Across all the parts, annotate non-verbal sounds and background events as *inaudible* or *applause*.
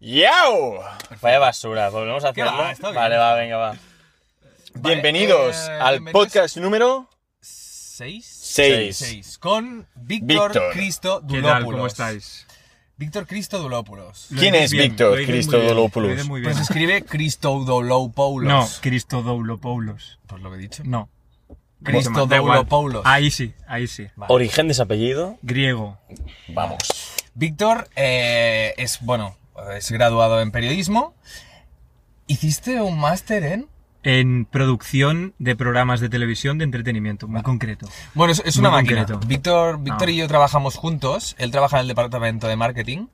¡Yau! Vaya basura, volvemos a ¿Qué va? hacerlo. Está bien. vale, va, venga, va. Vale, Bienvenidos eh, al bienvenidos. podcast número ¿Seis? Seis. Seis. Con Víctor Víctor. Cristo ¿Qué Dulópulos. tal? ¿Cómo estáis? Víctor Cristo Dulópulos. Lo ¿Quién dices es bien, Víctor lo dices muy bien, Christodoulopoulos? lo dices muy bien. Pues se escribe Cristodoulopoulos. No, Cristodoulopoulos. Pues lo que he dicho. No. Cristodoulopoulos. Ahí sí, ahí sí. Origen de ese apellido. Griego. Vamos. Víctor eh, es, bueno, es graduado en periodismo. ¿Hiciste un máster en...? En producción de programas de televisión de entretenimiento, muy concreto. Bueno, es, es una Muy máquina. concreto. Víctor, Víctor Ah. y yo trabajamos juntos. Él trabaja en el departamento de marketing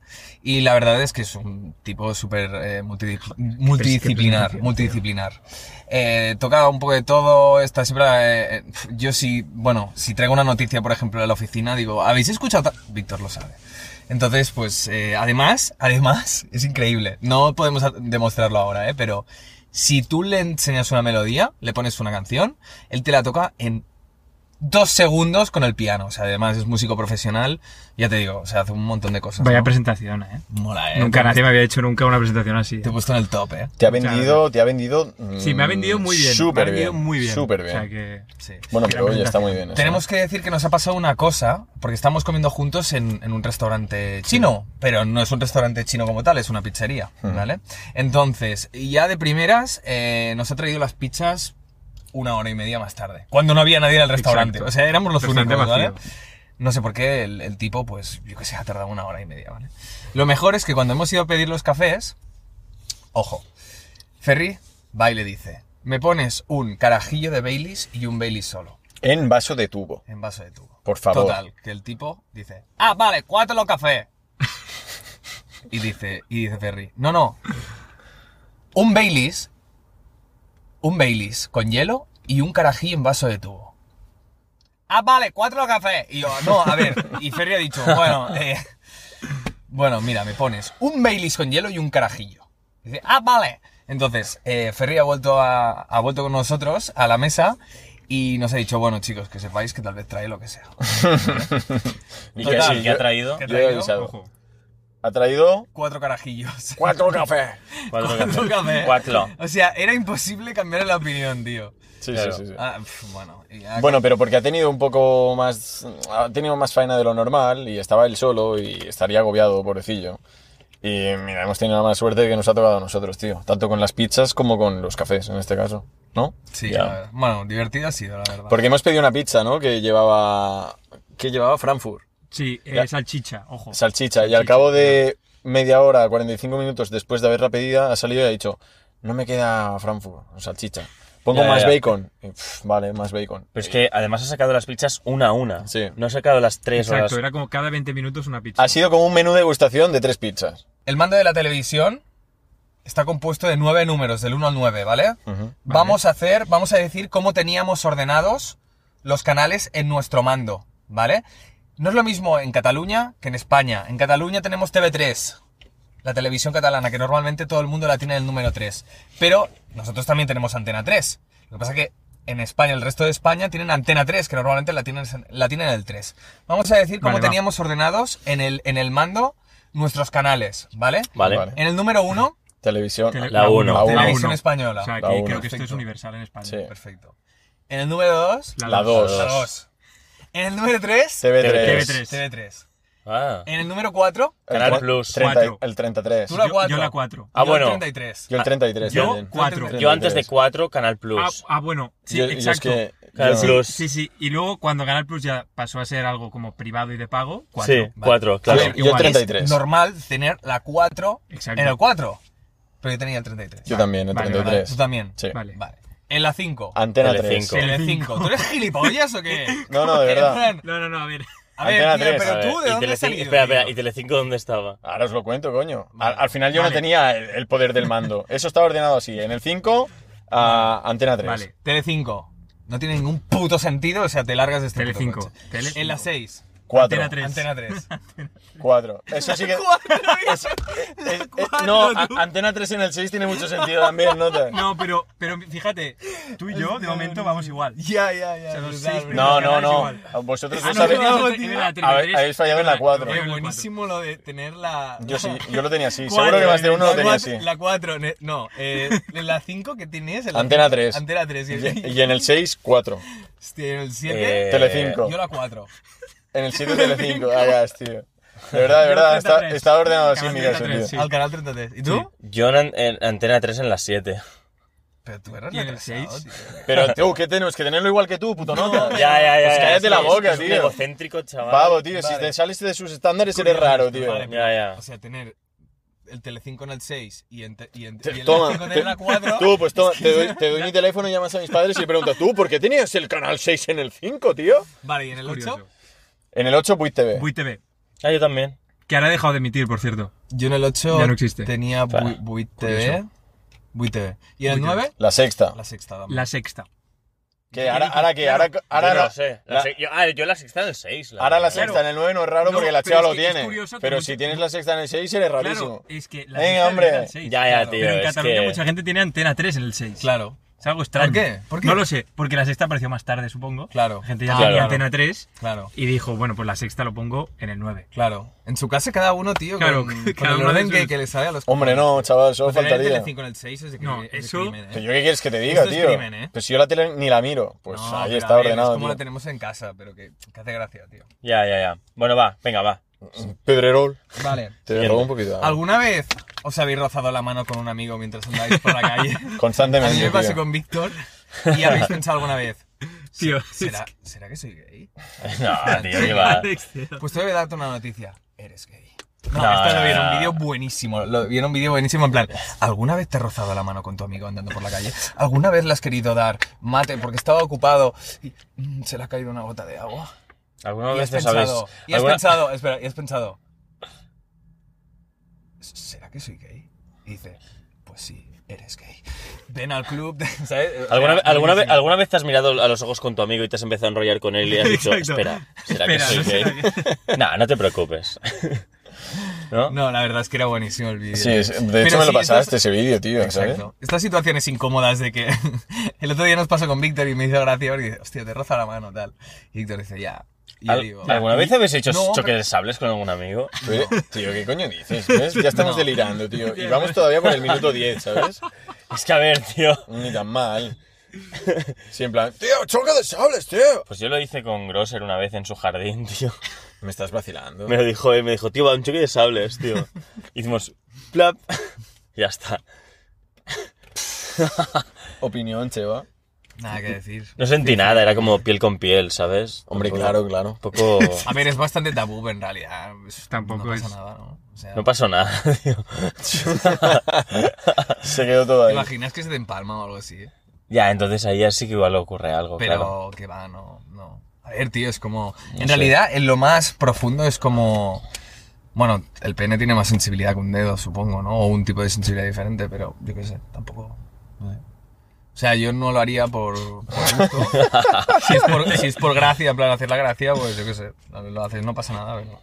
y la verdad es que es un tipo súper eh, multidis- multidisciplinar. Pues, tío. multidisciplinar. Eh, toca un poco de todo. Está siempre. eh, eh, yo sí, bueno, si traigo una noticia, por ejemplo, de la oficina, digo, ¿habéis escuchado? tal?". Víctor lo sabe. Entonces, pues, eh, además, además, *laughs* es increíble. No podemos a- demostrarlo ahora, ¿eh? Pero si tú le enseñas una melodía, le pones una canción, él te la toca en dos segundos con el piano. O sea, además es músico profesional, ya te digo, o sea, hace un montón de cosas. Vaya ¿no? presentación, ¿eh? Mola, eh. Nunca Te- nadie me había hecho nunca una presentación así. Te he puesto en el top, eh. Te ha Muchas vendido, te ha vendido. mm, Sí, me ha vendido muy bien. me ha Súper vendido bien, muy bien. Súper bien. O sea que... Sí. Bueno, Gran pero oye, está presentación. muy bien. eso. Tenemos que decir que nos ha pasado una cosa, porque estamos comiendo juntos en, en un restaurante chino, pero no es un restaurante chino como tal, es una pizzería, Hmm. ¿vale? Entonces, ya de primeras, eh, nos ha traído las pizzas una hora y media más tarde, cuando no había nadie en el restaurante. Exacto. O sea, éramos los Restaurante únicos, ¿vale? vacío. No sé por qué el, el tipo, pues, yo que sé, ha tardado una hora y media, ¿vale? Lo mejor es que cuando hemos ido a pedir los cafés, ojo, Ferry va y le dice, me pones un carajillo de Baileys y un Baileys solo. En vaso de tubo. En vaso de tubo. Por favor. Total, que el tipo dice, ah, vale, cuatro *laughs* café. y dice, y dice Ferry, no, no. Un Baileys, un Baileys con hielo y un carají en vaso de tubo. Ah, vale, cuatro café. Y yo, no, a ver. Y Ferry ha dicho, bueno, eh, bueno, mira, me pones un Baileys con hielo y un carajillo. Y dice, ah, vale. Entonces, eh, Ferry ha vuelto, a- ha vuelto con nosotros a la mesa y nos ha dicho, bueno, chicos, que sepáis que tal vez trae lo que sea. ¿Y Total, qué, sí, yo- qué ha traído? ¿Qué Yo he traigo? avisado. Ojo. Ha traído. Cuatro carajillos. ¡Cuatro cafés! Cuatro *laughs* Cuatro cafés. Cuatro. O sea, era imposible cambiar la opinión, tío. Sí, Claro. sí, sí. sí. Ah, pf, bueno, y ya- Bueno, pero porque ha tenido un poco más. Ha tenido más faena de lo normal y estaba él solo y estaría agobiado, pobrecillo. Y mira, hemos tenido la mala suerte de que nos ha tocado a nosotros, tío. Tanto con las pizzas como con los cafés, en este caso. ¿No? sí, Ya. la verdad. bueno, divertido ha sido, la verdad. Porque hemos pedido una pizza, ¿no? Que llevaba. Que llevaba Frankfurt. Sí, eh, Ya. salchicha, ojo. Salchicha. Y al cabo de media hora, 45 minutos después de haberla pedida, ha salido y ha dicho: No me queda Frankfurt, salchicha. Pongo Ya, más ya. bacon. Y, pff, vale, más bacon. Pero es que además ha sacado las pizzas una a una. Sí. No ha sacado las tres o Exacto, las- era como cada 20 minutos una pizza. Ha sido como un menú de degustación de tres pizzas. El mando de la televisión está compuesto de nueve números, del 1 al 9, ¿vale? Ujú. Vamos a hacer, vamos a decir cómo teníamos ordenados los canales en nuestro mando, ¿vale? No es lo mismo en Cataluña que en España. En Cataluña tenemos TV3, la televisión catalana, que normalmente todo el mundo la tiene en el número 3. Pero nosotros también tenemos Antena 3. Lo que pasa es que en España, el resto de España, tienen Antena 3, que normalmente la tienen, la tienen en el 3. Vamos a decir cómo Vale, va. teníamos ordenados en el, en el mando nuestros canales, ¿vale? Vale. Vale. En el número 1, Televisión. Tele- La uno. uno, La uno. televisión uno. española. O sea, La que uno. creo que esto es Perfecto. univel en España. Sí. Perfecto. En el número 2, La La dos. dos. la 2. En el número 3, TV3. TV3. TV3. Ah. En el número 4, El Canal tre- Plus. treinta- Cuatro. el 33. Tú la Yo- cuatro. Yo, la 4. Ah, bueno. el 33. Yo el 33. Yo también. cuatro. Yo antes de cuatro, Canal Ah, Plus. ah, bueno, sí, Yo- yo es exacto. que- Canal yo- Plus. Sí, sí, y luego cuando Canal Plus ya pasó a ser algo como privado y de pago, 4. Sí, cuatro, claro. A ver, yo el 33. Es normal tener la 4 Exacto. en el 4. Pero yo tenía el 33. Yo también, el Vale, vale. Vale, 33. tú también. Sí. Ah, Vale. Vale. En la 5. Antena Telecinco. 3. En el 5. ¿Tú eres gilipollas o qué? *laughs* No, no, de En verdad. plan, No, no, no, a ver. *laughs* A ver, Antena tío, tres. A pero ver, tú, y ¿de dónde has Telecinco- salido? Espera, espera, tío? ¿y Telecinco dónde estaba? Ahora os lo cuento, coño. Al, Vale. al final yo no Vale. tenía el, el poder del mando. Eso está ordenado así. En el 5, a Antena 3. Vale. Tele 5. No tiene ningún puto sentido, o sea, te largas de este puto Telecinco. coche. Telecinco. En la 6. Cuatro. Antena 3. Antena *laughs* 3. Cuatro. Eso sí que. Es- es- no, a- Antena 3 en el 6 tiene mucho sentido también, ¿notas? No, pero, pero fíjate, tú y yo de momento vamos igual. Ya, ya, ya. O sea, los brutal, seis brutal. primeros- No, no, Canales no. igual. Vosotros Ah, Pues no no, sabéis. no, no, no, no, no, no, Habéis- habéis fallado en la cuatro. no, Qué no, no, buenísimo lo de tener la. Yo sí, yo lo *laughs* tenía así. Cuatro, Seguro que más de uno lo la tenía así. cuatro- La 4, no. eh, la 5 que tienes. el- Antena 3. Antena 3. Y Y, el, y en el 6, 4. y el 7. Eh, Telecinco. yo la 4. En el 7, Telecinco. Hagas, tío. De verdad, de verdad, está, 33. está ordenado así en mi Canal caso, 33, tío. sí. Al canal 33. ¿Y tú? Yo en, an- en Antena 3 en las 7. Pero tú eres ¿Y en el retrasado, seis? tío. Pero tú, ¿qué tenemos? Que tenerlo igual que tú, puto nota. Ya, ya, ya. Pues ya, cállate es la que boca, es un tío. egocéntrico, chaval. Pavo, tío, si Vale. te sales de sus estándares eres raro, tío. Vale, pero, Ya, ya. O sea, tener el Telecinco en el 6 y, en, te- y, en, *laughs* Te- y el toma, Telecinco te- en la 4. Tú, pues toma, te *laughs* doy, te doy mi teléfono y llamas a mis padres y preguntas, ¿tú por qué tenías el canal 6 en el 5, tío? Vale, y en el 8. Curioso. En el 8, Buit TV. Buit TV, Ah, yo también. que ahora ha dejado de emitir, por cierto. Yo en el 8 Ya no existe. tenía Bu- Vale. Buit TV. Buit TV. ¿Y en el Buit 9? La sexta. La sexta, dama. La sexta. ¿Qué? ¿Ahora, ahora qué? Ahora, ahora, yo no la- lo sé. La la- se- yo, ah, yo la sexta en el 6. ahora la Claro. sexta en el 9 no es raro No, porque la pero chava es lo que es tiene. curioso que pero mucho- si tienes la sexta en el 6 eres rarísimo. Claro, es que la Venga, sexta hombre. era el seis. Ya, ya, Claro. tío, Pero en es Cataluña que- mucha gente tiene Antena 3 en el 6. Claro. Es algo extraño. ¿Por qué? ¿Por qué? No lo sé, porque la sexta apareció más tarde, supongo. Claro. La gente ya Ah, tenía claro. Antena 3 Claro. y dijo, bueno, pues la sexta lo pongo en el 9. Claro. En su casa cada uno, tío, Claro, *laughs* con, cada con el uno orden de que, sus- que le sale a los... Hombre, no, chaval, solo Pero tener el faltaría. Telecinco en el 6 es de No, crimen- es de eso- crimen, ¿eh? Pero yo qué quieres que te diga, Esto es tío. crimen, ¿eh? Pues si yo la tele ni la miro, pues No, ahí pero está a ver, Es ordenado, como tío. lo tenemos en casa, pero que, que hace gracia, tío. Ya, ya, ya. Bueno, va, venga, va. *laughs* Pedrerol. *laughs* Vale. Te robo un poquito. de agua. ¿Alguna vez os habéis rozado la mano con un amigo mientras andáis por la *laughs* calle? A Constantemente. mí me pasó tío. con Víctor y habéis pensado alguna vez, Tío, ¿será, ¿será que soy gay? No, *laughs* tío, que va. Pues te voy a darte una noticia. Eres gay. No, No, esto no, lo vieron no. un vídeo buenísimo. Lo vieron un vídeo buenísimo en plan. ¿Alguna vez te has rozado la mano con tu amigo andando por la calle? ¿Alguna vez le has querido dar mate porque estaba ocupado y mm, se le ha caído una gota de agua? Algunas y has veces pensado, habéis. y has alguna- pensado, espera, y has pensado. ¿Será que soy gay? Y dice, pues sí, eres gay. Ven al club, *laughs* ¿sabes? O sea, ¿Alguna, ve- alguna, ve- buenísimo. ¿Alguna vez te has mirado a los ojos con tu amigo y te has empezado a enrollar con él y has *laughs* dicho, Exacto. espera, ¿será Espera, que no soy será gay? *laughs* No, no te preocupes. ¿No? No, la verdad es que era buenísimo el vídeo. Sí, es- de Pero hecho me lo sí, estas- pasaste ese vídeo, tío, ¿sabes? Exacto. Estas situaciones incómodas de que *laughs* el otro día nos pasó con Víctor y me hizo gracia porque dice, hostia, te roza la mano, tal. Y Víctor dice, ya. Y yo Al- digo, ¿Alguna vez habéis hecho No, choque de sables con algún amigo? Pero, Tío, ¿qué coño dices? ¿Ves? Ya *laughs* estamos No. delirando, tío. Y vamos todavía por el minuto 10, ¿sabes? Es que a ver, tío. Ni tan *laughs* mal. Sí, en plan, tío, choque de sables, tío. Pues yo lo hice con Grosser una vez en su jardín, *laughs* tío. Me estás vacilando. Me lo dijo él, me dijo, tío, va un choque de sables, *laughs* tío. Hicimos plap. *laughs* Ya está. Opinión, Cheva. nada que decir. No sentí nada, era como piel con piel, ¿sabes? Hombre, Tampoco- claro, claro. *laughs* Un poco. A ver, es bastante tabú en realidad. Es- Tampoco no pasa es- nada, ¿no? O sea, No pasó nada, *laughs* *laughs* tío. Se quedó todo ¿Te ahí. imaginas que se te empalma o algo así? Ya, entonces ahí sí que igual ocurre algo, Pero claro. que va, no, no. A ver, tío, es como... En sé. realidad, en lo más profundo es como... Bueno, el pene tiene más sensibilidad que un dedo, supongo, ¿no? O un tipo de sensibilidad diferente, pero yo qué sé, tampoco... no sé. O sea, yo no lo haría por, por gusto. si, es por, si es por gracia, en plan hacer la gracia, pues yo qué sé, lo haces, no pasa nada, pero...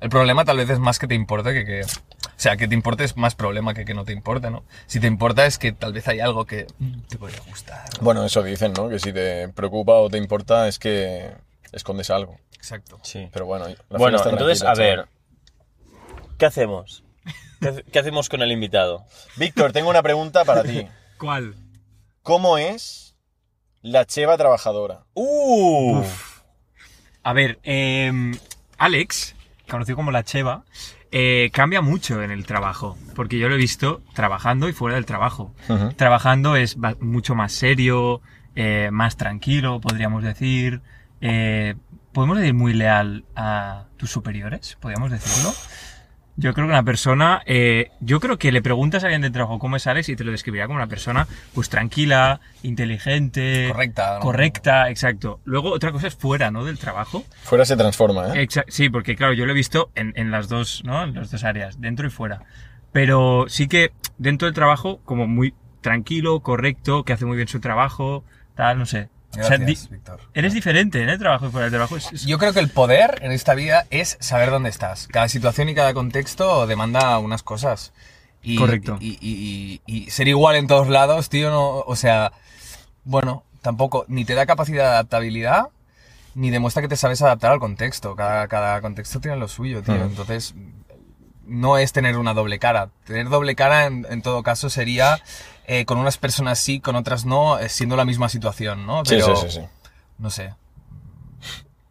El problema tal vez es más que te importe que que... O sea, que te importe es más problema que que no te importe, ¿no? Si te importa es que tal vez hay algo que mm, te podría gustar. Bueno, eso dicen, ¿no? Que si te preocupa o te importa es que escondes algo. Exacto. Sí. Pero bueno, la fila Bueno, está entonces, tranquila, a ver. chaval. ¿Qué hacemos? ¿Qué, hace- qué hacemos con el invitado? Víctor, tengo una pregunta para *laughs* ti. ¿Cuál? ¿Cómo es la Cheva trabajadora? ¡Uh! A ver, eh, Alex, conocido como la Cheva, eh, cambia mucho en el trabajo, porque yo lo he visto trabajando y fuera del trabajo. Ujú. Trabajando es ba- mucho más serio, eh, más tranquilo, podríamos decir. eh, ¿Podemos decir muy leal a tus superiores? ¿Podríamos decirlo? Yo creo que una persona, eh, yo creo que le preguntas a alguien del trabajo cómo es Alex y te lo describirá como una persona pues tranquila, inteligente, Correcta. ¿no? Correcta, exacto. Luego otra cosa es fuera, ¿no? Del trabajo. Fuera se transforma, ¿eh? Exa- sí, porque claro, yo lo he visto en, en las dos, ¿no? En las dos áreas, dentro y fuera. Pero sí que dentro del trabajo, como muy tranquilo, correcto, que hace muy bien su trabajo, tal, no sé. O sea, Gracias, di- Víctor. Eres diferente ¿eh? en el trabajo y fuera del trabajo. Es- es- Yo creo que el poder en esta vida es saber dónde estás. Cada situación y cada contexto demanda unas cosas. Y, Correcto. Y, y- y- y ser igual en todos lados, tío, no, o sea, bueno, tampoco, ni te da capacidad de adaptabilidad, ni demuestra que te sabes adaptar al contexto. Cada, cada contexto tiene lo suyo, tío. Mm. Entonces, no es tener una doble cara. Tener doble cara, en, en todo caso, sería eh, con unas personas sí, con otras no, eh, siendo la misma situación, ¿no? Sí, Pero, sí, sí, sí. no sé.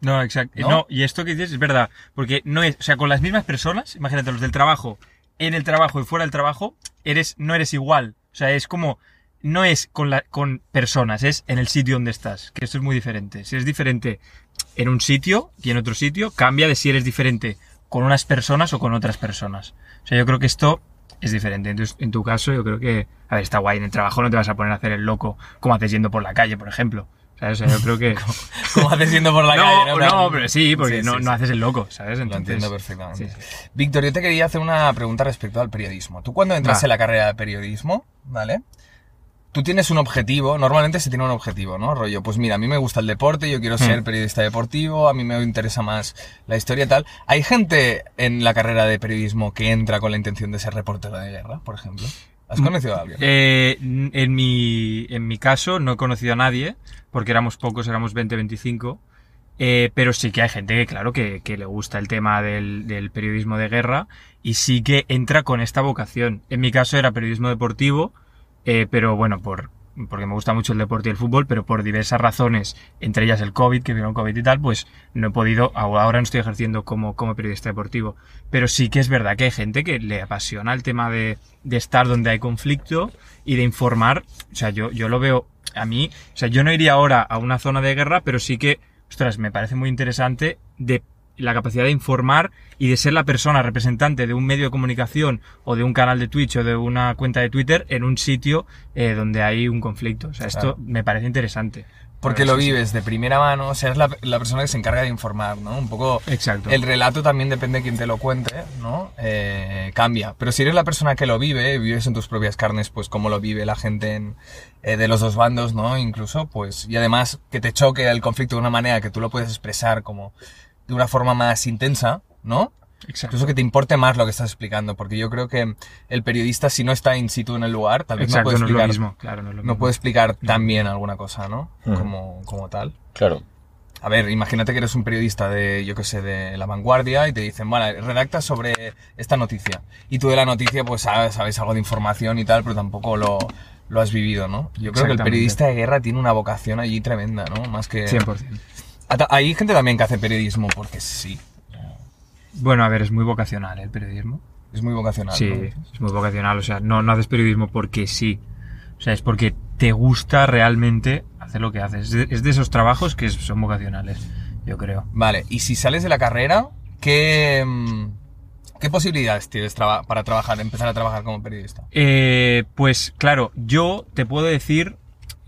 No, exacto. ¿No? ¿No? y esto que dices es verdad, porque no es, o sea, con las mismas personas, imagínate los del trabajo, en el trabajo y fuera del trabajo, eres no eres igual. O sea, es como no es con la con personas, es en el sitio donde estás, que esto es muy diferente. Si eres diferente en un sitio y en otro sitio, cambia de si eres diferente con unas personas o con otras personas. O sea, yo creo que esto es diferente. Entonces, en tu caso, yo creo que, a ver, está guay, en el trabajo no te vas a poner a hacer el loco como haces yendo por la calle, por ejemplo. ¿Sabes? O sea, yo creo que... Como haces yendo por la *laughs* no, calle, En plan- no, pero sí, porque Sí, no, sí, sí. no haces el loco, ¿sabes? Lo Entonces, entiendo perfectamente. sí, Víctor, yo te quería hacer una pregunta respecto al periodismo. Tú cuando entras Va. en la carrera de periodismo, ¿vale? Tú tienes un objetivo, normalmente se tiene un objetivo, ¿no? Rollo, pues mira, a mí me gusta el deporte, yo quiero Hmm. ser periodista deportivo, a mí me interesa más la historia y tal. ¿Hay gente en la carrera de periodismo que entra con la intención de ser reportero de guerra, por ejemplo? ¿Has conocido a alguien? Mm, Eh, n- en, mi, en mi caso no he conocido a nadie, porque éramos pocos, éramos 20, 25. eh, pero sí que hay gente que, claro, que, que le gusta el tema del, del periodismo de guerra y sí que entra con esta vocación. En mi caso era periodismo deportivo, eh, pero bueno, por, porque me gusta mucho el deporte y el fútbol, pero por diversas razones, entre ellas el COVID, que vino el COVID y tal, pues no he podido, ahora no estoy ejerciendo como, como periodista deportivo. Pero sí que es verdad que hay gente que le apasiona el tema de, de estar donde hay conflicto y de informar. O sea, yo, yo lo veo a mí. O sea, yo no iría ahora a una zona de guerra, pero sí que, ostras, me parece muy interesante de la capacidad de informar y de ser la persona representante de un medio de comunicación o de un canal de Twitch o de una cuenta de Twitter en un sitio eh, donde hay un conflicto. O sea, esto Claro. me parece interesante. Porque Pero lo sí, sí. vives de primera mano, o sea, es la, la persona que se encarga de informar, ¿no? Un poco... Exacto. El relato también depende de quién te lo cuente, ¿no? Eh, cambia. Pero si eres la persona que lo vive, vives en tus propias carnes, pues cómo lo vive la gente en, eh, de los dos bandos, ¿no? Incluso, pues, y además que te choque el conflicto de una manera que tú lo puedes expresar como de una forma más intensa, ¿no? Exacto. Incluso que te importe más lo que estás explicando, porque yo creo que el periodista, si no está in situ en el lugar, tal vez Exacto, no no, puede es lo explicar, mismo. Claro, no es no lo mismo. puede explicar tan bien alguna cosa, ¿no? Mm. Como, como tal. Claro. A ver, imagínate que eres un periodista de, yo qué sé, de La Vanguardia y te dicen, vale, redacta sobre esta noticia. Y tú de la noticia, pues sabes, sabes algo de información y tal, pero tampoco lo, lo has vivido, ¿no? Yo creo que el Exactamente. periodista de guerra tiene una vocación allí tremenda, ¿no? Más que... 100%. Ata- Hay gente también que hace periodismo porque sí, Bueno, a ver, es muy vocacional ¿eh? el periodismo. es muy vocacional. Sí, ¿no? es muy vocacional. O sea, no, no haces periodismo porque sí. O sea, es porque te gusta realmente hacer lo que haces. Es de, es de esos trabajos que son vocacionales, yo creo. Vale, y si sales de la carrera, ¿qué, mm, qué posibilidades tienes traba- para trabajar, empezar a trabajar como periodista? Eh, pues claro, yo te puedo decir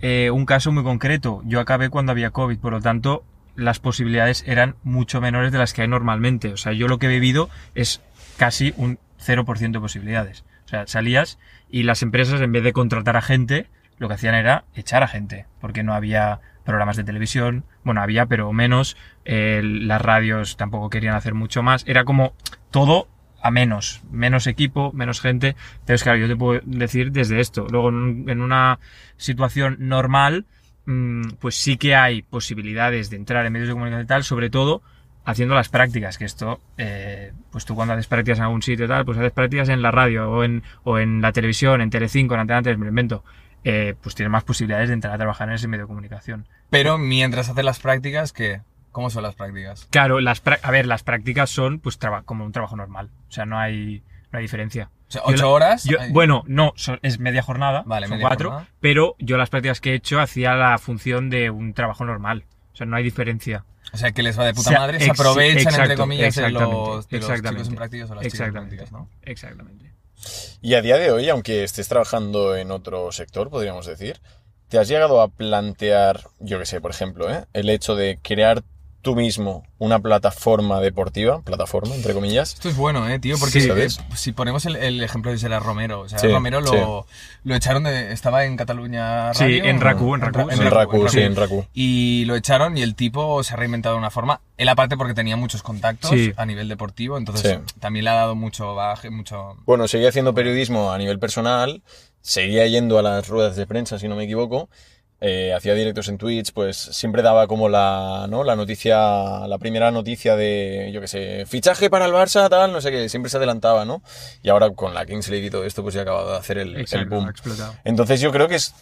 eh, un caso muy concreto. Yo acabé cuando había COVID, por lo tanto, las posibilidades eran mucho menores de las que hay normalmente. O sea, yo lo que he vivido es casi un 0% de posibilidades. O sea, salías y las empresas, en vez de contratar a gente, lo que hacían era echar a gente, porque no había programas de televisión, bueno, había, pero menos, eh, las radios tampoco querían hacer mucho más, era como todo a menos, menos equipo, menos gente, pero es claro, yo te puedo decir desde esto, luego en, un- en una situación normal, mm, pues sí que hay posibilidades de entrar en medios de comunicación y tal, sobre todo haciendo las prácticas, que esto, eh, pues tú cuando haces prácticas en algún sitio y tal, pues haces prácticas en la radio o en, o en la televisión, en Telecinco, en Antena 3, me lo invento, eh, pues tienes más posibilidades de entrar a trabajar en ese medio de comunicación. Pero mientras haces las prácticas, ¿qué? ¿Cómo son las prácticas? Claro, las prá- a ver, las prácticas son pues traba- como un trabajo normal, o sea, no hay, no hay diferencia. O sea, Yo ocho la- horas. Yo- Ay. bueno, no, son- es media jornada, Vale, son media cuatro, jornada. pero yo las prácticas que he hecho hacía la función de un trabajo normal, o sea, no hay diferencia. O sea, que les va de puta O sea, madre, se ex- aprovechan, entre exacto, comillas, de exactamente, los, de los chicos exactamente, en prácticas o las chicas en exactamente. prácticas, ¿no? Exactamente. Y a día de hoy, aunque estés trabajando en otro sector, podríamos decir, ¿te has llegado a plantear, yo que sé, por ejemplo, ¿eh? el hecho de crear tú mismo una plataforma deportiva, plataforma, entre comillas, Esto es bueno, eh, tío, porque Sí, eh, ¿sabes? si ponemos el, el ejemplo de Gerard Romero, o sea, Sí, Romero lo, lo echaron de. Estaba en Cataluña Sí, Radio, en Raku, en Ra- Raku, en, Raku, Raku, en sí, en Raku. Y lo echaron y el tipo se ha reinventado de una forma. Él, aparte, porque tenía muchos contactos Sí. a nivel deportivo, entonces Sí. también le ha dado mucho baje, mucho. Bueno, seguía haciendo periodismo a nivel personal, seguía yendo a las ruedas de prensa, si no me equivoco, eh, hacía directos en Twitch, pues siempre daba como la, ¿no? la noticia, la primera noticia de, yo qué sé, fichaje para el Barça, tal, no sé qué, siempre se adelantaba, ¿no? Y ahora con la Kings League y todo esto, pues ya ha acabado de hacer el, el Exacto, ha boom. explotado. Entonces yo creo que es,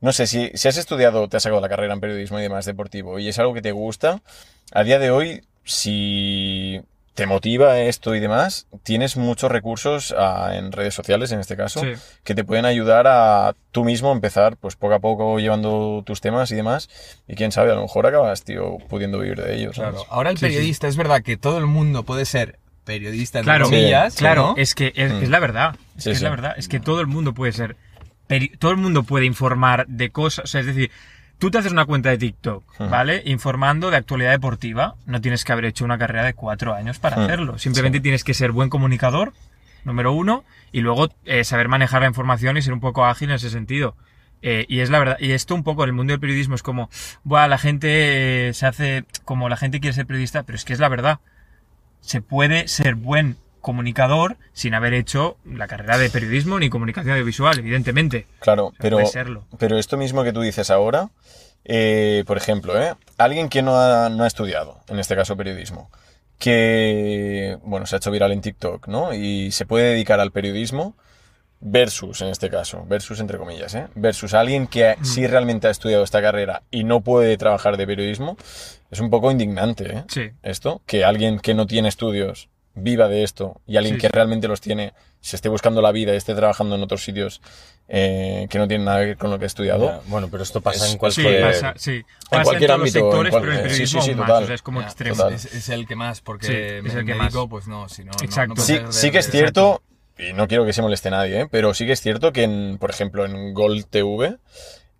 no sé, si, si has estudiado, te has sacado la carrera en periodismo y demás deportivo y es algo que te gusta, a día de hoy, si te motiva esto y demás, tienes muchos recursos ah, en redes sociales, en este caso, Sí. que te pueden ayudar a tú mismo empezar, pues poco a poco llevando tus temas y demás, y quién sabe, a lo mejor acabas, tío, pudiendo vivir de ellos. Claro. Ahora el periodista, es verdad que todo el mundo puede ser periodista, entre Claro, comillas, Sí, Claro, ¿no? es que es, Mm. es la verdad. Es Sí, que es la sí. verdad. Es que todo el mundo puede ser. peri- Todo el mundo puede informar de cosas. O sea, es decir, tú te haces una cuenta de TikTok, Ujú. ¿vale? Informando de actualidad deportiva. No tienes que haber hecho una carrera de cuatro años para Mm. hacerlo. Simplemente tienes que ser buen comunicador, número uno, y luego eh, saber manejar la información y ser un poco ágil en ese sentido. Eh, y es la verdad, y esto un poco en el mundo del periodismo es como, Buah, la gente eh, se hace como la gente quiere ser periodista, pero es que es la verdad. Se puede ser buen comunicador sin haber hecho la carrera de periodismo ni comunicación audiovisual, evidentemente. Claro, pero, puede serlo. pero esto mismo que tú dices ahora, eh, por ejemplo, ¿eh? alguien que no ha, no ha estudiado, en este caso periodismo, que bueno, se ha hecho viral en TikTok, ¿no? Y se puede dedicar al periodismo versus, en este caso, versus entre comillas, ¿eh? versus alguien que sí realmente ha estudiado esta carrera y no puede trabajar de periodismo, es un poco indignante, ¿eh? Sí. esto, que alguien que no tiene estudios viva de esto y alguien Sí, que sí. realmente los tiene se esté buscando la vida y esté trabajando en otros sitios eh, que no tienen nada que ver con lo que ha estudiado. Ya, Bueno, pero esto pasa Es- en Sí, cualquier... pasa, sí. Pasa pues cualquier en todos ámbito, en los sectores, cual- pero en eh, sí, sí, periodismo sí, aún más, total. o sea, es como Ya, extremo. total. Es, es el que más, porque Sí, es me- el que médico, más. pues no, si no, no- Exacto. no Sí, puedes sí ser que es de- cierto, y no quiero que se moleste nadie, ¿eh? pero sí que es cierto que, en, por ejemplo, en Gold TV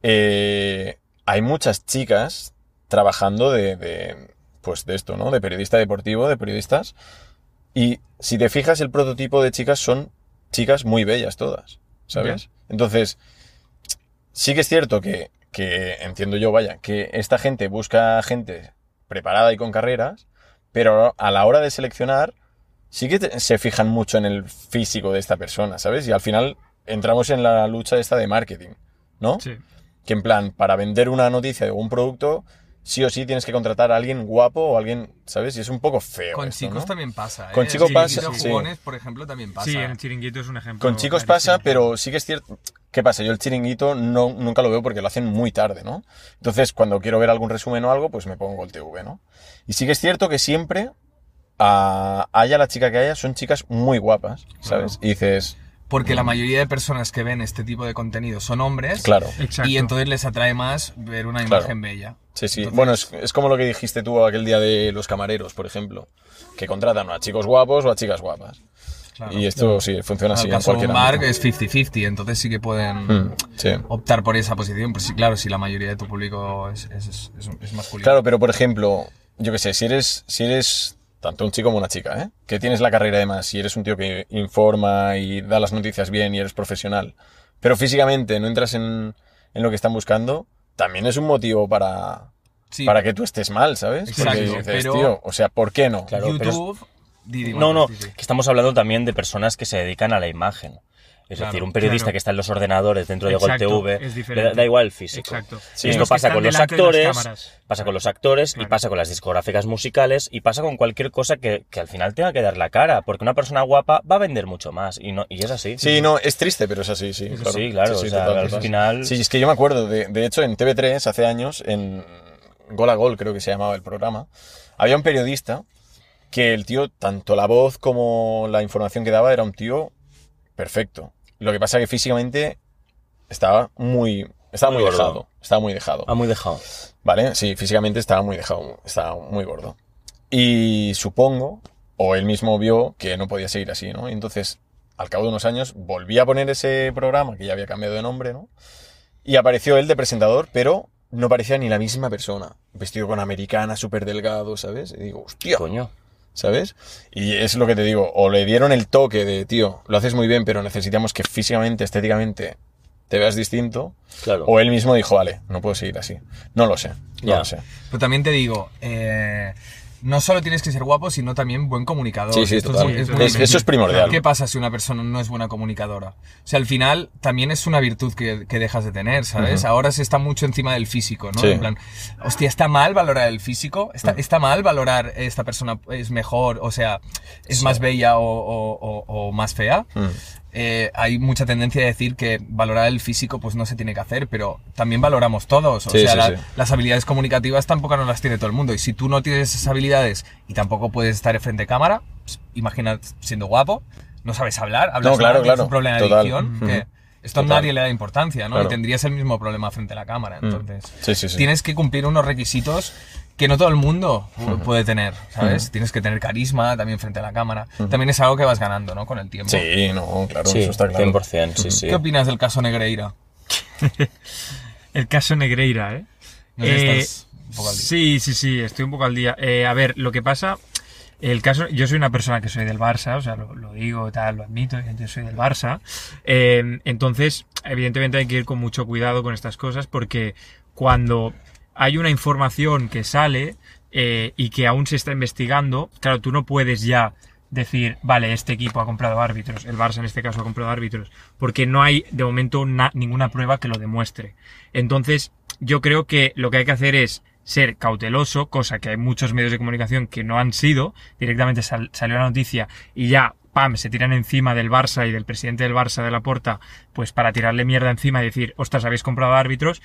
eh, hay muchas chicas trabajando de, de, pues de esto, ¿no? De periodista deportivo, de periodistas. Y si te fijas, el prototipo de chicas son chicas muy bellas todas, ¿sabes? Entonces, sí que es cierto que, que, entiendo yo, vaya, que esta gente busca gente preparada y con carreras, pero a la hora de seleccionar, sí que te- se fijan mucho en el físico de esta persona, ¿sabes? Y al final entramos en la lucha esta de marketing, ¿no? Sí. Que en plan, para vender una noticia de un producto, sí o sí tienes que contratar a alguien guapo o alguien, ¿sabes? Y es un poco feo. Con esto, chicos ¿no? también pasa. Con ¿eh? chicos Sí, pasa, los sí. jugones, por ejemplo, también pasa. Sí, en el chiringuito es un ejemplo. Con chicos pasa, pero sí que es cierto. ¿Qué pasa? Yo el chiringuito no, nunca lo veo porque lo hacen muy tarde, ¿no? Entonces, cuando quiero ver algún resumen o algo, pues me pongo el TV, ¿no? Y sí que es cierto que siempre, a, haya la chica que haya, son chicas muy guapas, ¿sabes? Y dices, Porque la mayoría de personas que ven este tipo de contenido son hombres. claro, Exacto. Y entonces les atrae más ver una Claro. imagen bella. sí, sí. Entonces- Bueno, es, es como lo que dijiste tú aquel día de los camareros, por ejemplo, que contratan a chicos guapos o a chicas guapas. Claro. Y esto sí, funciona así el en caso de cualquier un bar ámbito. es 50-50, entonces sí que pueden Mm, sí. optar por esa posición. Pero sí, claro, si la mayoría de tu público es, es, es- es- es masculino. Claro, pero por ejemplo, yo qué sé, si eres, si eres tanto un chico como una chica, ¿eh? que tienes la carrera además, si eres un tío que informa y da las noticias bien y eres profesional, pero físicamente no entras en, en lo que están buscando, también es un motivo para, Sí, para que tú estés mal, ¿sabes? Exacto, Porque dices, pero- tío, o sea, ¿por qué no? Claro, pero es- YouTube... Didi, No, bueno, no, sí, sí. que estamos hablando también de personas que se dedican a la imagen. Es Claro, decir, un periodista claro. que está en los ordenadores dentro de Gol Exacto, TV, es le diferente. da, da igual el físico. Exacto. Sí. Y Es esto los pasa con los actores, pasa con los actores y Claro. pasa con las discográficas musicales y pasa con cualquier cosa que, que al final tenga que dar la cara, porque una persona guapa va a vender mucho más y, no, y es así. Sí, no, es triste, pero es así, sí. Sí, sí, claro, o sea, total, al total. final- Sí, es que yo me acuerdo, de, de hecho, en TV3 hace años, en Gol a Gol creo que se llamaba el programa, había un periodista que el tío, tanto la voz como la información que daba, era un tío perfecto. Lo que pasa que físicamente estaba muy... Estaba muy, Muy gordo. dejado. Estaba muy dejado. Ah, muy dejado. ¿Vale? Sí, físicamente estaba muy dejado, estaba muy gordo. Y supongo, o él mismo vio que no podía seguir así, ¿no? Y entonces, al cabo de unos años, volví a poner ese programa, que ya había cambiado de nombre, ¿no? Y apareció él de presentador, pero no parecía ni la misma persona. Vestido con americana, súper delgado, ¿sabes? Y digo, hostia, Coño. ¿sabes? Y es lo que te digo, o le dieron el toque de, tío, lo haces muy bien, pero necesitamos que físicamente, estéticamente, te veas distinto. Claro. O él mismo dijo, vale, no puedo seguir así. No lo sé, no Ya. lo sé. Pero también te digo, eh, no solo tienes que ser guapo, sino también buen comunicador. Sí, sí, Esto es total. muy- es Es- muy eso es primordial. ¿Qué pasa si una persona no es buena comunicadora? O sea, al final también es una virtud que, que dejas de tener, ¿sabes? Ahora se está mucho encima del físico, ¿no? Sí. Mm. En plan, hostia, está mal valorar el físico, está, está mal valorar esta persona es mejor, o sea, es más bella o, o- o- o más fea. Mm. Eh, hay mucha tendencia a decir que valorar el físico pues no se tiene que hacer, pero también valoramos todos. O Sí, sea, sí, la- sí. las habilidades comunicativas tampoco no las tiene todo el mundo. Y si tú no tienes esas habilidades y tampoco puedes estar frente a cámara, pues, imagina siendo guapo, no sabes hablar, hablas No, claro, mal, tienes claro, un problema de total. adicción, Ujú. que esto Total. a nadie le da importancia, ¿no? Claro. Y Mm. tendrías el mismo problema frente a la cámara. Entonces, Sí, sí, sí. tienes que cumplir unos requisitos que no todo el mundo pu- puede tener, ¿sabes? Tienes que tener carisma también frente a la cámara. También es algo que vas ganando, ¿no? Con el tiempo. Sí, no, claro, Sí, eso está claro. 100%, sí, sí. ¿Qué opinas del caso Negreira? El caso Negreira, ¿eh? No sé si Eh, estás un poco al día. Sí, sí, sí, estoy un poco al día. Eh, a ver, lo que pasa, el caso, yo soy una persona que soy del Barça, o sea, lo, lo digo, tal, lo admito, yo soy del Barça. Eh, entonces, evidentemente hay que ir con mucho cuidado con estas cosas porque cuando hay una información que sale eh, y que aún se está investigando, claro, tú no puedes ya decir, vale, este equipo ha comprado árbitros, el Barça en este caso ha comprado árbitros, porque no hay de momento na- ninguna prueba que lo demuestre. Entonces, yo creo que lo que hay que hacer es ser cauteloso, cosa que hay muchos medios de comunicación que no han sido, directamente sal- salió la noticia y ya, pam, se tiran encima del Barça y del presidente del Barça de la Porta, pues para tirarle mierda encima y decir, ostras, habéis comprado árbitros,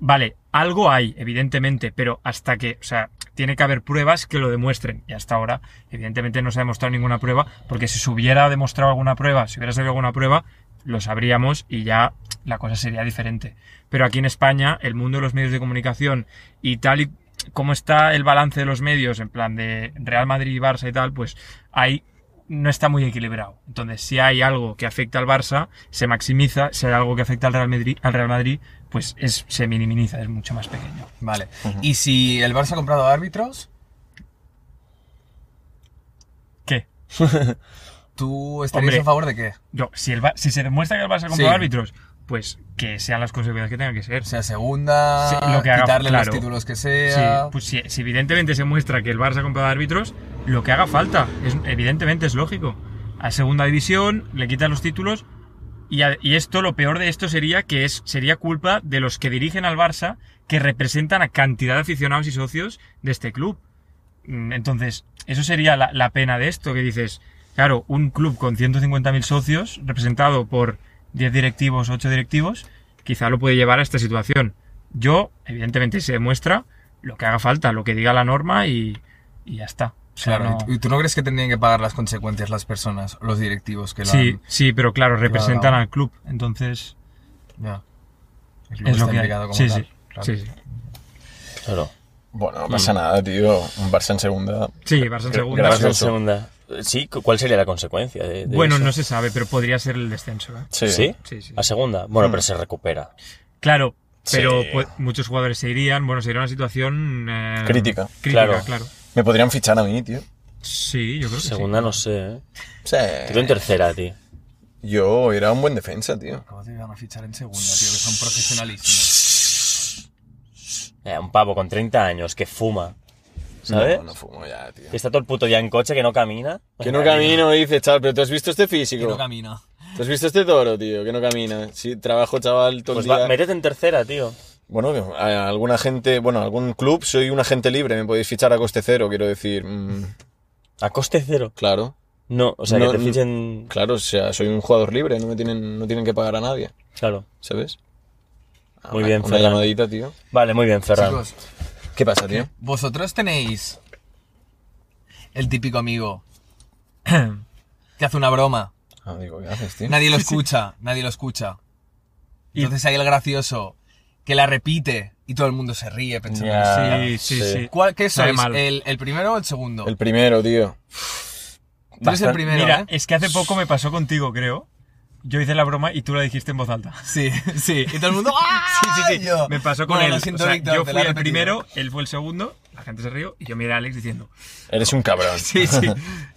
Vale, algo hay, evidentemente, pero hasta que, o sea, tiene que haber pruebas que lo demuestren. Y hasta ahora, evidentemente, no se ha demostrado ninguna prueba, porque si se hubiera demostrado alguna prueba, si hubiera salido alguna prueba, lo sabríamos y ya la cosa sería diferente. Pero aquí en España, el mundo de los medios de comunicación y tal y como está el balance de los medios, en plan de Real Madrid y Barça y tal, pues hay no está muy equilibrado. Entonces, si hay algo que afecta al Barça, se maximiza. Si hay algo que afecta al Real Madrid, al Real Madrid pues es, se minimiza, es mucho más pequeño. Vale. ¿Y si el Barça ha comprado árbitros, ¿Qué? tú estarías Hombre. a favor de qué? Yo, si, el Ba- si se demuestra que el Barça ha comprado Sí. árbitros, pues que sean las consecuencias que tengan que ser. O sea, segunda, Sí, lo que haga, quitarle claro. los títulos que Sí, sea. pues si, si evidentemente se muestra que el Barça ha comprado árbitros, lo que haga falta, es, evidentemente es lógico. A segunda división le quitan los títulos y, a- y esto, lo peor de esto sería que es, sería culpa de los que dirigen al Barça, que representan a cantidad de aficionados y socios de este club. Mm, Entonces, eso sería la, la pena de esto, que dices, claro, un club con 150.000 socios, representado por 10 directivos, 8 directivos, quizá lo puede llevar a esta situación. Yo, evidentemente, se demuestra lo que haga falta, lo que diga la norma y, y ya está. O sea, Claro, no- ¿y tú no crees que tendrían que pagar las consecuencias las personas, los directivos que lo Sí, han- sí, pero claro, representan no. al club, entonces Ya. El club es lo está que hay. implicado como Sí, tal, sí, claro. sí, sí. Claro. Bueno, no Mm. pasa nada, tío. Un Barça en segunda. Sí, Barça en Gra- segunda. gracias. Barça en eso. segunda. Sí, cu- ¿cuál sería la consecuencia de, de Bueno, eso? no se sabe, pero podría ser el descenso. ¿eh? Sí. ¿Sí? Sí, sí. Hmm. ¿A segunda? Bueno, pero se recupera. Claro, Sí. pero pues, muchos jugadores se irían. Bueno, sería una situación. eh, Crítica. Crítica, Claro. claro. Me podrían fichar a mí, tío. Sí, yo creo que Segunda no sé, ¿eh? Sí. Creo en tercera, tío. Yo era un buen defensa, tío. ¿Cómo te van a fichar en segunda, tío? Que son profesionalísimos. Eh, un pavo con 30 años que fuma, ¿sabes? No, no fumo ya, tío. Que está todo el puto día en coche, que no camina. Que no camino, dice, chaval, pero tú has visto este físico. Y no camina. ¿Tú has visto este toro, tío? Que no camina. Sí, trabajo, chaval, todo Pues el día. va, métete en tercera, tío. Bueno, a- a alguna gente, bueno, a algún club, soy un agente libre, me podéis fichar a coste cero, quiero decir. mm, A coste cero. claro, No, o sea, No, que te no. fichen... claro, o sea, soy un jugador libre, no me tienen, no tienen que pagar a nadie, Claro. ¿sabes? Muy Una- bien, Una Ferran. llamadita, tío. Vale, muy bien, Ferran. Chicos, ¿Qué pasa, *laughs* tío? vosotros tenéis el típico amigo *clears throat* sí. que hace una broma. Ah, digo, ¿qué haces, tío? Nadie lo escucha, nadie lo escucha. Y- Entonces hay el gracioso que la repite y todo el mundo se ríe pensando. Ya. Ah, Sí, sí, sí. sí. ¿Cuál, ¿Qué Sabe sois? mal. ¿El, el primero o el segundo? El primero, tío. Tú eres el Bastante- primero, Mira, ¿eh? es que hace poco me pasó contigo, creo, yo hice la broma y tú la dijiste en voz alta. *laughs* Sí, sí. Y todo el mundo. ¡Ah! Sí, sí, sí. Yo. Me pasó con Bueno, él. Lo siento, O sea, Víctor, yo te fui la he el repetido. primero, él fue el segundo, la gente se rió y yo miré a Alex *laughs* diciendo, Eres un cabrón. sí, sí. *laughs*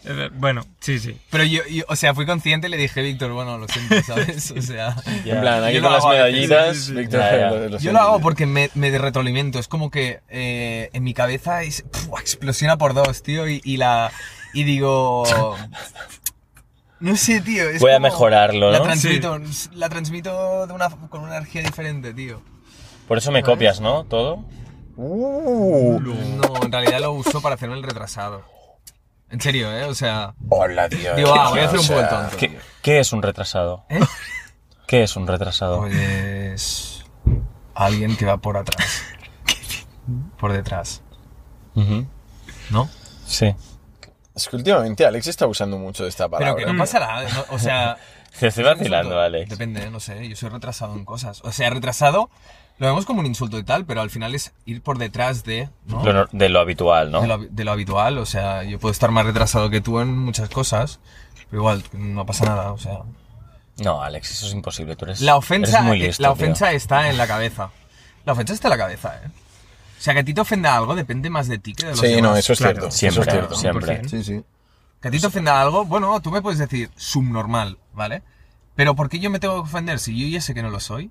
Eh, bueno, sí, sí. Pero yo, yo, o sea, fui consciente y le dije, Víctor, bueno, lo *laughs* siento, ¿sabes? O sea. En plan, aquí Yo con lo las hago a veces, medallitas, sí, sí, sí. Víctor, Ya, ya. lo- lo Yo siento. lo hago porque me, me de- retroalimento. Es como que eh, en mi cabeza es, puf, explosiona por dos, tío. Y, y la. *laughs* Y digo. No sé, tío. es Voy a como- mejorarlo, La ¿no? transmito, la transmito de una, con una energía diferente, tío. Por eso me copias, ¿no? Todo. Uh, No, en realidad lo uso para hacerme el retrasado. En serio, ¿eh? O sea. hola, tío. Digo, ah, voy a O hacer un poco el sea, tonto. ¿Qué, qué es un retrasado? ¿Eh? ¿Qué es un retrasado? Pues. Alguien que va *laughs* por atrás. Por detrás. Ujú. ¿No? Sí. Es que últimamente Alex está usando mucho de esta palabra. Pero que no pasa nada. no- o sea. Te estoy es un vacilando, insulto. Alex. Depende, ¿eh? no sé. Yo soy retrasado en cosas. O sea, retrasado lo vemos como un insulto y tal, pero al final es ir por detrás de. ¿no? Lo no- de lo habitual, ¿no? de, lo, de lo habitual. O sea, yo puedo estar más retrasado que tú en muchas cosas, pero igual no pasa nada. O sea, No, Alex, eso es imposible. Tú eres, la ofensa, eh, eres muy listo, la tío. ofensa está en la cabeza. La ofensa está en la cabeza, ¿eh? O sea, que a ti te ofenda algo depende más de ti que de los Sí, demás. no, eso es Claro, cierto. eso Siempre, es cierto. siempre. 100%. Sí, ¿eh? sí. Que a ti te ofenda algo, bueno, tú me puedes decir subnormal, ¿vale? Pero ¿por qué yo me tengo que ofender si yo ya sé que no lo soy?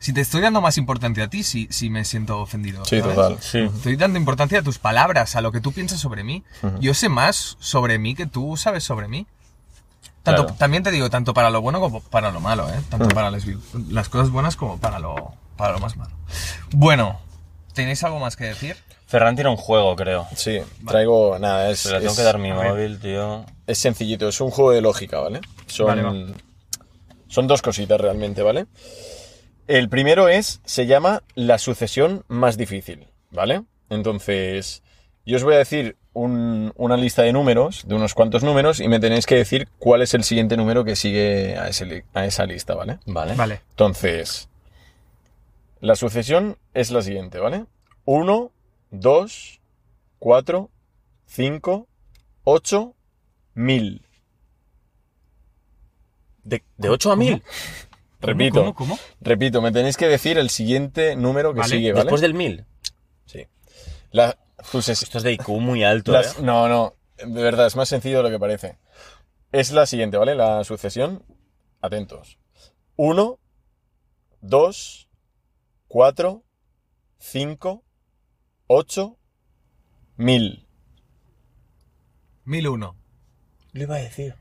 Si te estoy dando más importancia a ti, si, si me siento ofendido. Sí, ¿sabes? total. Sí. Estoy dando importancia a tus palabras, a lo que tú piensas sobre mí. Yo sé más sobre mí que tú sabes sobre mí. Tanto, Claro. También te digo, tanto para lo bueno como para lo malo, ¿eh? Tanto para las, vil- las cosas buenas como para lo, para lo más malo. Bueno, ¿tenéis algo más que decir? Ferran tiene un juego, creo. Sí, traigo. Nada, es. Se le tengo es- que dar mi móvil, tío. es sencillito, es un juego de lógica, ¿vale? Son, Vale, va. son dos cositas realmente, ¿vale? El primero es, se llama la sucesión más difícil, ¿vale? Entonces, yo os voy a decir un- una lista de números, de unos cuantos números, y me tenéis que decir cuál es el siguiente número que sigue a, ese li- a esa lista, ¿vale? Vale. Vale. Entonces, la sucesión es la siguiente, ¿vale? 1, 2, 4, 5, 8, 1000. De, 8 a 1000. Repito, ¿Cómo, cómo? repito, me tenéis que decir el siguiente número que Vale, sigue, ¿vale? Después del 1000. Sí. La suces- Esto es de IQ muy alto, ¿eh? las- No, no, de verdad, es más sencillo de lo que parece. Es la siguiente, ¿vale? La sucesión. Atentos. 1, 2, 4, 5, 8, 1000. 1001. Lo iba a decir.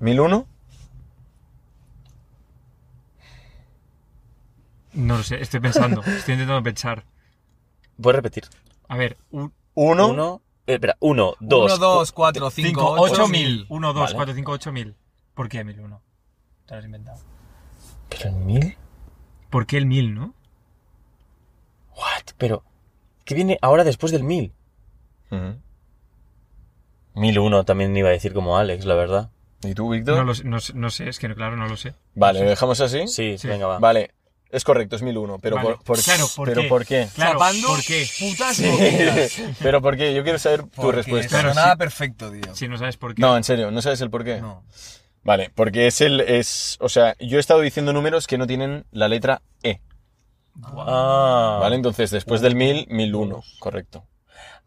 ¿1001? No lo sé, estoy pensando, estoy intentando pensar. Voy a repetir. A ver, 1, 1, 1. espera, 1, 2. 1, 2, 4, 5, 8, 8, mil. 1000. 1, 2, Vale. 4, 5, 8, 1000. ¿Por qué 1001? Te lo has inventado. ¿Pero el 1000? ¿Por qué el 1000, no? ¿What? Pero. ¿Qué viene ahora después del 1000? 1001 también iba a decir como Alex, la verdad. ¿Y tú, No, Víctor? lo sé- no sé- no sé, es que claro, no lo sé. Vale, ¿lo dejamos así? Sí, Sí. venga, va. Vale, es correcto, es 1001. Pero, Vale. por, por- Claro, ¿por pero qué? ¿por qué? Claro, Chapando ¿por qué? putas boquillas. *laughs* pero ¿por qué? Yo quiero saber tu Porque respuesta. Claro, Sonaba sí. perfecto, tío. Si no sabes por qué. No, en serio, ¿no sabes el por qué? No. Vale, porque es el. Es, o sea, yo he estado diciendo números que no tienen la letra E. Ah, ¿Vale? Entonces, después del 1000, 1001. Correcto.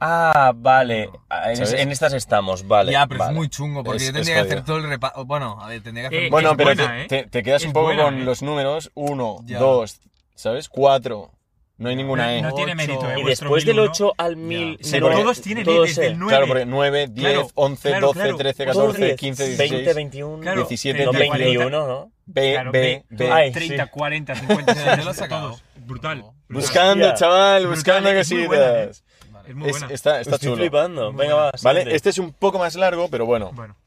ah, vale. Ah, En, ¿Sabes? en estas estamos, vale. ya, pero vale. es muy chungo, porque Es- yo es tendría que hacer jodido. todo el repaso. Bueno, a ver, tendría que hacer Eh, un- Bueno, pero buena, te, ¿eh? te- te quedas Es un poco buena, con ¿eh? los números 1, Ya. 2, ¿sabes? 4. No hay ninguna no, E. no tiene mérito, ¿eh? Y vuestro después del 1001. 8 al 1000. Sí, no, porque- Todos tienen todo desde sé. el 9. Claro, porque 9, 10, Claro, 11, claro, 12, claro. 13, Todos 14, 10, 15, 20, 16, 21, Claro, 17, no, 30, 21, ¿no? B, Claro, B, ve- B. Ay, 30, sí. 40, *laughs* 50, Ya 60, lo he sacado. todos. Brutal. brutal. Buscando, Hostia. chaval, Brutal, buscando es muy buena, cositas. Es muy Es- buena. está está Estoy chulo. flipando. Venga, va. ¿Vale? siguiente. Este es un poco más largo, pero bueno. Bueno,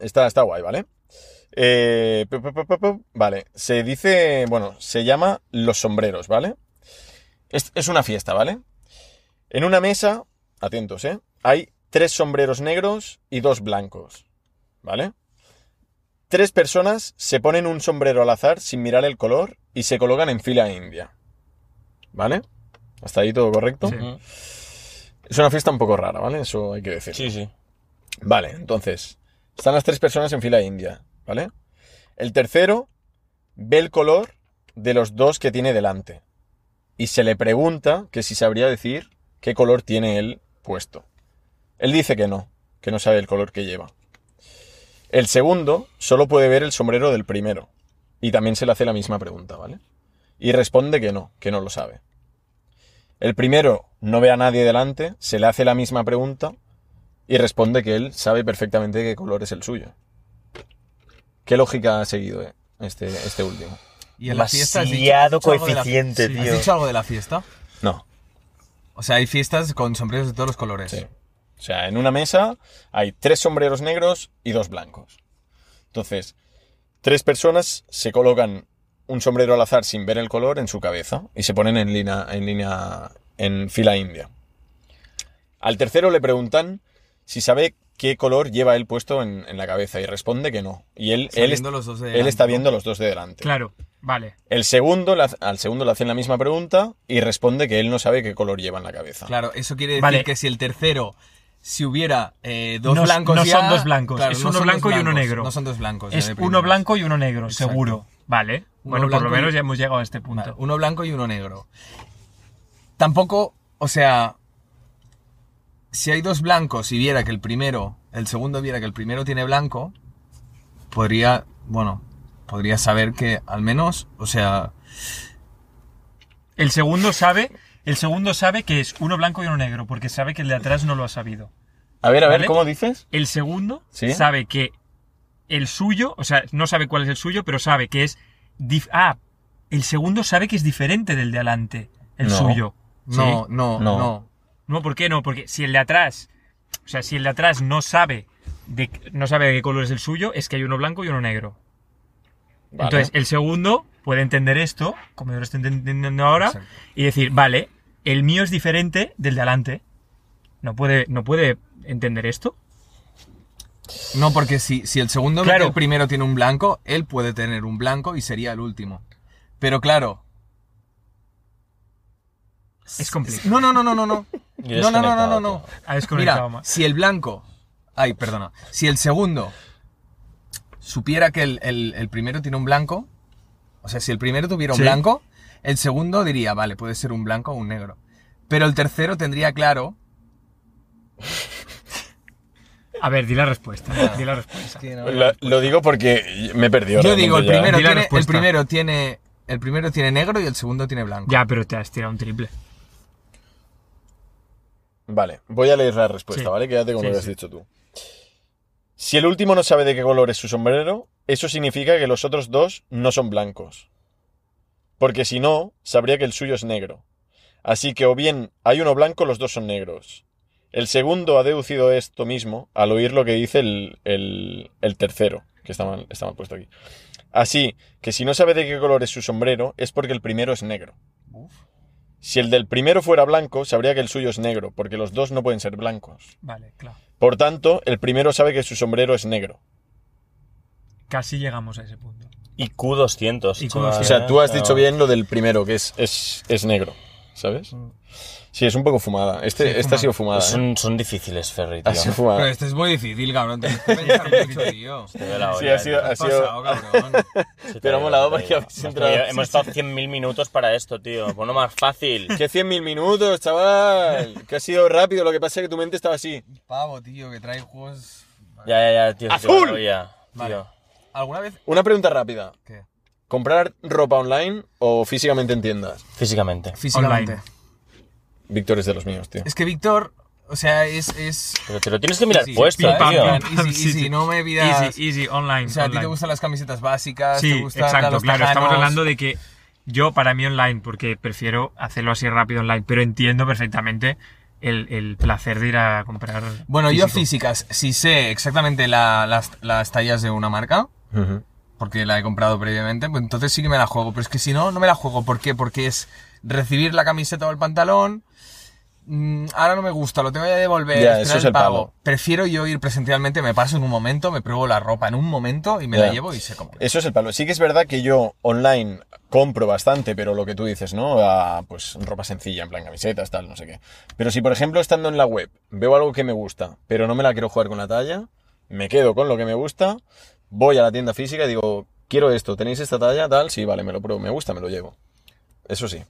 Está, está guay, ¿vale? Eh, pu- pu- pu- pu- pu- vale, se dice, bueno, se llama los sombreros, ¿vale? Es, es una fiesta, ¿vale? En una mesa, atentos, ¿eh? Hay tres sombreros negros y dos blancos, ¿vale? Tres personas se ponen un sombrero al azar sin mirar el color y se colocan en fila india, ¿vale? Hasta ahí todo correcto. Sí. Ujú. Es una fiesta un poco rara, ¿vale? Eso hay que decir. Sí, sí. Vale, entonces, están las tres personas en fila india, ¿vale? El tercero ve el color de los dos que tiene delante y se le pregunta que si sabría decir qué color tiene él puesto. Él dice que no, que no sabe el color que lleva. El segundo solo puede ver el sombrero del primero y también se le hace la misma pregunta, ¿vale? Y responde que no, que no lo sabe. El primero no ve a nadie delante, se le hace la misma pregunta y responde que él sabe perfectamente qué color es el suyo. ¿Qué lógica ha seguido eh, este, este último? Y en la fiesta has dicho- Demasiado has dicho algo de la- coeficiente, sí, tío. ¿Has dicho algo de la fiesta? No. O sea, hay fiestas con sombreros de todos los colores. Sí. O sea, en una mesa hay tres sombreros negros y dos blancos. Entonces, tres personas se colocan un sombrero al azar sin ver el color en su cabeza y se ponen en línea, en línea, en fila india. Al tercero le preguntan si sabe qué color lleva él puesto en, en la cabeza y responde que no. Y él, él, Sabiendo es- los dos de él delante, está ¿no? viendo los dos de delante. Claro, vale. El segundo, le hace- al segundo le hacen la misma pregunta y responde que él no sabe qué color lleva en la cabeza. Claro, eso quiere decir Vale. que si el tercero, si hubiera eh, dos No- blancos no ya- son dos blancos, es son uno dos blanco y uno blancos, negro. No son dos blancos. Pues ya es de uno primeras. blanco y uno negro, Exacto. seguro. Vale. Uno bueno, por lo blanco y- menos ya hemos llegado a este punto. Vale, uno blanco y uno negro. Tampoco, o sea, si hay dos blancos y viera que el primero, el segundo viera que el primero tiene blanco, podría, bueno, podría saber que al menos, o sea, El segundo sabe, el segundo sabe que es uno blanco y uno negro, porque sabe que el de atrás no lo ha sabido. A ver, a ver, ¿Vale? ¿cómo dices? El segundo ¿Sí? sabe que el suyo, o sea, no sabe cuál es el suyo, pero sabe que es dif- ah, el segundo sabe que es diferente del de adelante, el No. suyo. no, ¿Sí? no, No. no, No, ¿por qué no? Porque si el de atrás, o sea, si el de atrás no sabe de, no sabe de qué color es el suyo, es que hay uno blanco y uno negro. Vale. Entonces, el segundo puede entender esto, como yo lo estoy entendiendo ahora, Exacto. y decir, vale, el mío es diferente del de adelante. No puede, no puede entender esto. No, porque si, si el segundo ve que Claro. el primero tiene un blanco, él puede tener un blanco y sería el último. Pero claro, Es complicado. no, no, no, no, no, no. Yo No, no, no, no, desconectado, no, no. Ha Mira, desconectado más. si el blanco. Ay, perdona. Si el segundo supiera que el, el- el primero tiene un blanco, o sea, si el primero tuviera un Sí. blanco, el segundo diría, vale, puede ser un blanco o un negro. Pero el tercero tendría claro. A ver, di la respuesta. Di la respuesta. Lo, lo digo porque me he perdido. Yo digo, el realmente ya. primero, Di la tiene, el, respuesta. primero tiene, el primero tiene negro y el segundo tiene blanco. Ya, pero te has tirado un triple. Vale, voy a leer la respuesta, Sí. ¿vale? Quédate con Sí, lo que has sí. dicho tú. Si el último no sabe de qué color es su sombrero, eso significa que los otros dos no son blancos. Porque si no, sabría que el suyo es negro. Así que o bien hay uno blanco, los dos son negros. El segundo ha deducido esto mismo al oír lo que dice el, el- el tercero, que está mal, está mal puesto aquí. Así que si no sabe de qué color es su sombrero, es porque el primero es negro. Si el del primero fuera blanco, sabría que el suyo es negro, porque los dos no pueden ser blancos. Vale, claro. Por tanto, el primero sabe que su sombrero es negro. Casi llegamos a ese punto. IQ 200. IQ chaval, 200. O sea, tú has Pero- dicho bien lo del primero, que es, es, es negro, ¿sabes? Sí, es un poco fumada. Este, Sí, esta fumada. ha sido fumada. ¿eh? Pues Son, son difíciles, Ferry, tío. Ha Pero sido fumada. *laughs* este es muy difícil, cabrón. Tienes *laughs* que pensar mucho, tío. Te doy la Sí, olla, ha sido- tío. ha ¿Qué sido- has pasado, cabrón? Sí, te pero doy ha la molado olla, porque tío. habéis Hemos entrado- estado- Hemos estado 100.000 minutos para esto, tío. Ponlo más *laughs* fácil. Que 100.000 minutos, chaval. Que ha sido rápido, lo que pasa es que tu mente estaba así. Pavo, tío, que trae juegos. Ya, ya, ya, tío. ¡Azul! te doy la olla, tío. Vale. ¿Alguna vez? Una pregunta rápida. ¿Qué? ¿Comprar ropa online o físicamente en tiendas? Físicamente. Físicamente. Online. Víctor es de los míos, tío. Es que Víctor, o sea, es. es Pero te lo tienes que mirar easy, puesto, eh, ¿sabes? tío. pam, Easy, Sí, easy, sí. no me pidas. Easy, easy, online. O sea, a ti te online. gustan las camisetas básicas, te Sí, gustan exacto, los claro. Estamos tejanos. hablando de que yo, para mí, online, porque prefiero hacerlo así rápido online, pero entiendo perfectamente el, el placer de ir a comprar. Bueno, yo físico. físicas, si sé exactamente la- las, las tallas de una marca, Ujú. porque la he comprado previamente, pues entonces sí que me la juego. Pero es que si no, no me la juego. ¿Por qué? Porque es recibir la camiseta o el pantalón. mm, Ahora no me gusta, lo tengo que devolver. Ya, esperar eso es el palo. Prefiero yo ir presencialmente, me paso en un momento, me pruebo la ropa en un momento y me Ya. la llevo y sé cómo. Eso es el palo. Sí que es verdad que yo online compro bastante, pero lo que tú dices, ¿no? A, pues ropa sencilla, en plan camisetas, tal, no sé qué. Pero si, por ejemplo, estando en la web, veo algo que me gusta, pero no me la quiero jugar con la talla, me quedo con lo que me gusta, voy a la tienda física y digo, quiero esto, tenéis esta talla, tal, sí, vale, me lo pruebo, me gusta, me lo llevo. Eso sí.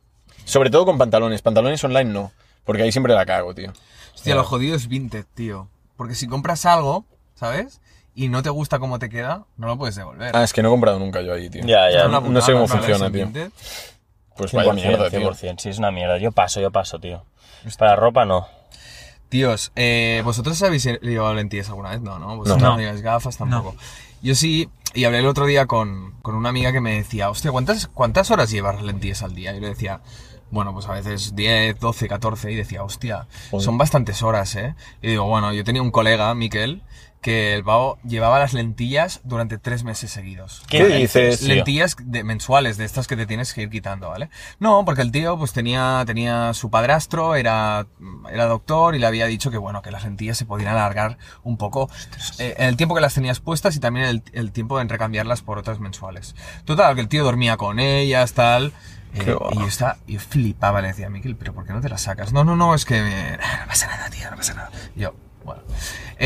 Sobre todo con pantalones, pantalones online no, porque ahí siempre la cago, tío. Hostia, lo jodido es Vinted, tío. Porque si compras algo, ¿sabes? Y no te gusta cómo te queda, no lo puedes devolver. Ah, es que no he comprado nunca yo ahí, tío. Ya, ya. Es una no- no putada sé cómo comprarlo funciona, en tío. Vinted. Pues vaya 100%, mierda, tío. 100%, sí, es una mierda. Yo paso, yo paso, tío. Para ropa no. Tíos, eh, ¿vosotros habéis llevado lentillas alguna vez? No, ¿no? Vosotros No. no, lleváis gafas tampoco. Yo sí, y hablé el otro día con, con una amiga que me decía, hostia, ¿cuántas, ¿cuántas horas llevas lentillas al día? Y le decía, bueno, pues a veces 10, 12, 14, y decía, hostia, Joder. son bastantes horas, ¿eh? Y digo, bueno, yo tenía un colega, Miquel, que el pavo llevaba las lentillas durante tres meses seguidos. ¿Qué dices? tío? Lentillas de- mensuales, de estas que te tienes que ir quitando, ¿vale? No, porque el tío pues tenía, tenía su padrastro, era, era doctor y le había dicho que bueno, que las lentillas se podían alargar un poco eh, en el tiempo que las tenías puestas y también el, el tiempo en recambiarlas por otras mensuales. Total, que el tío dormía con ellas, tal. eh, Qué guapo. y yo, estaba, yo flipaba, le decía a Miquel, pero ¿por qué no te las sacas? No, no, no, es que me- no pasa nada, tío, no pasa nada. Y yo, bueno.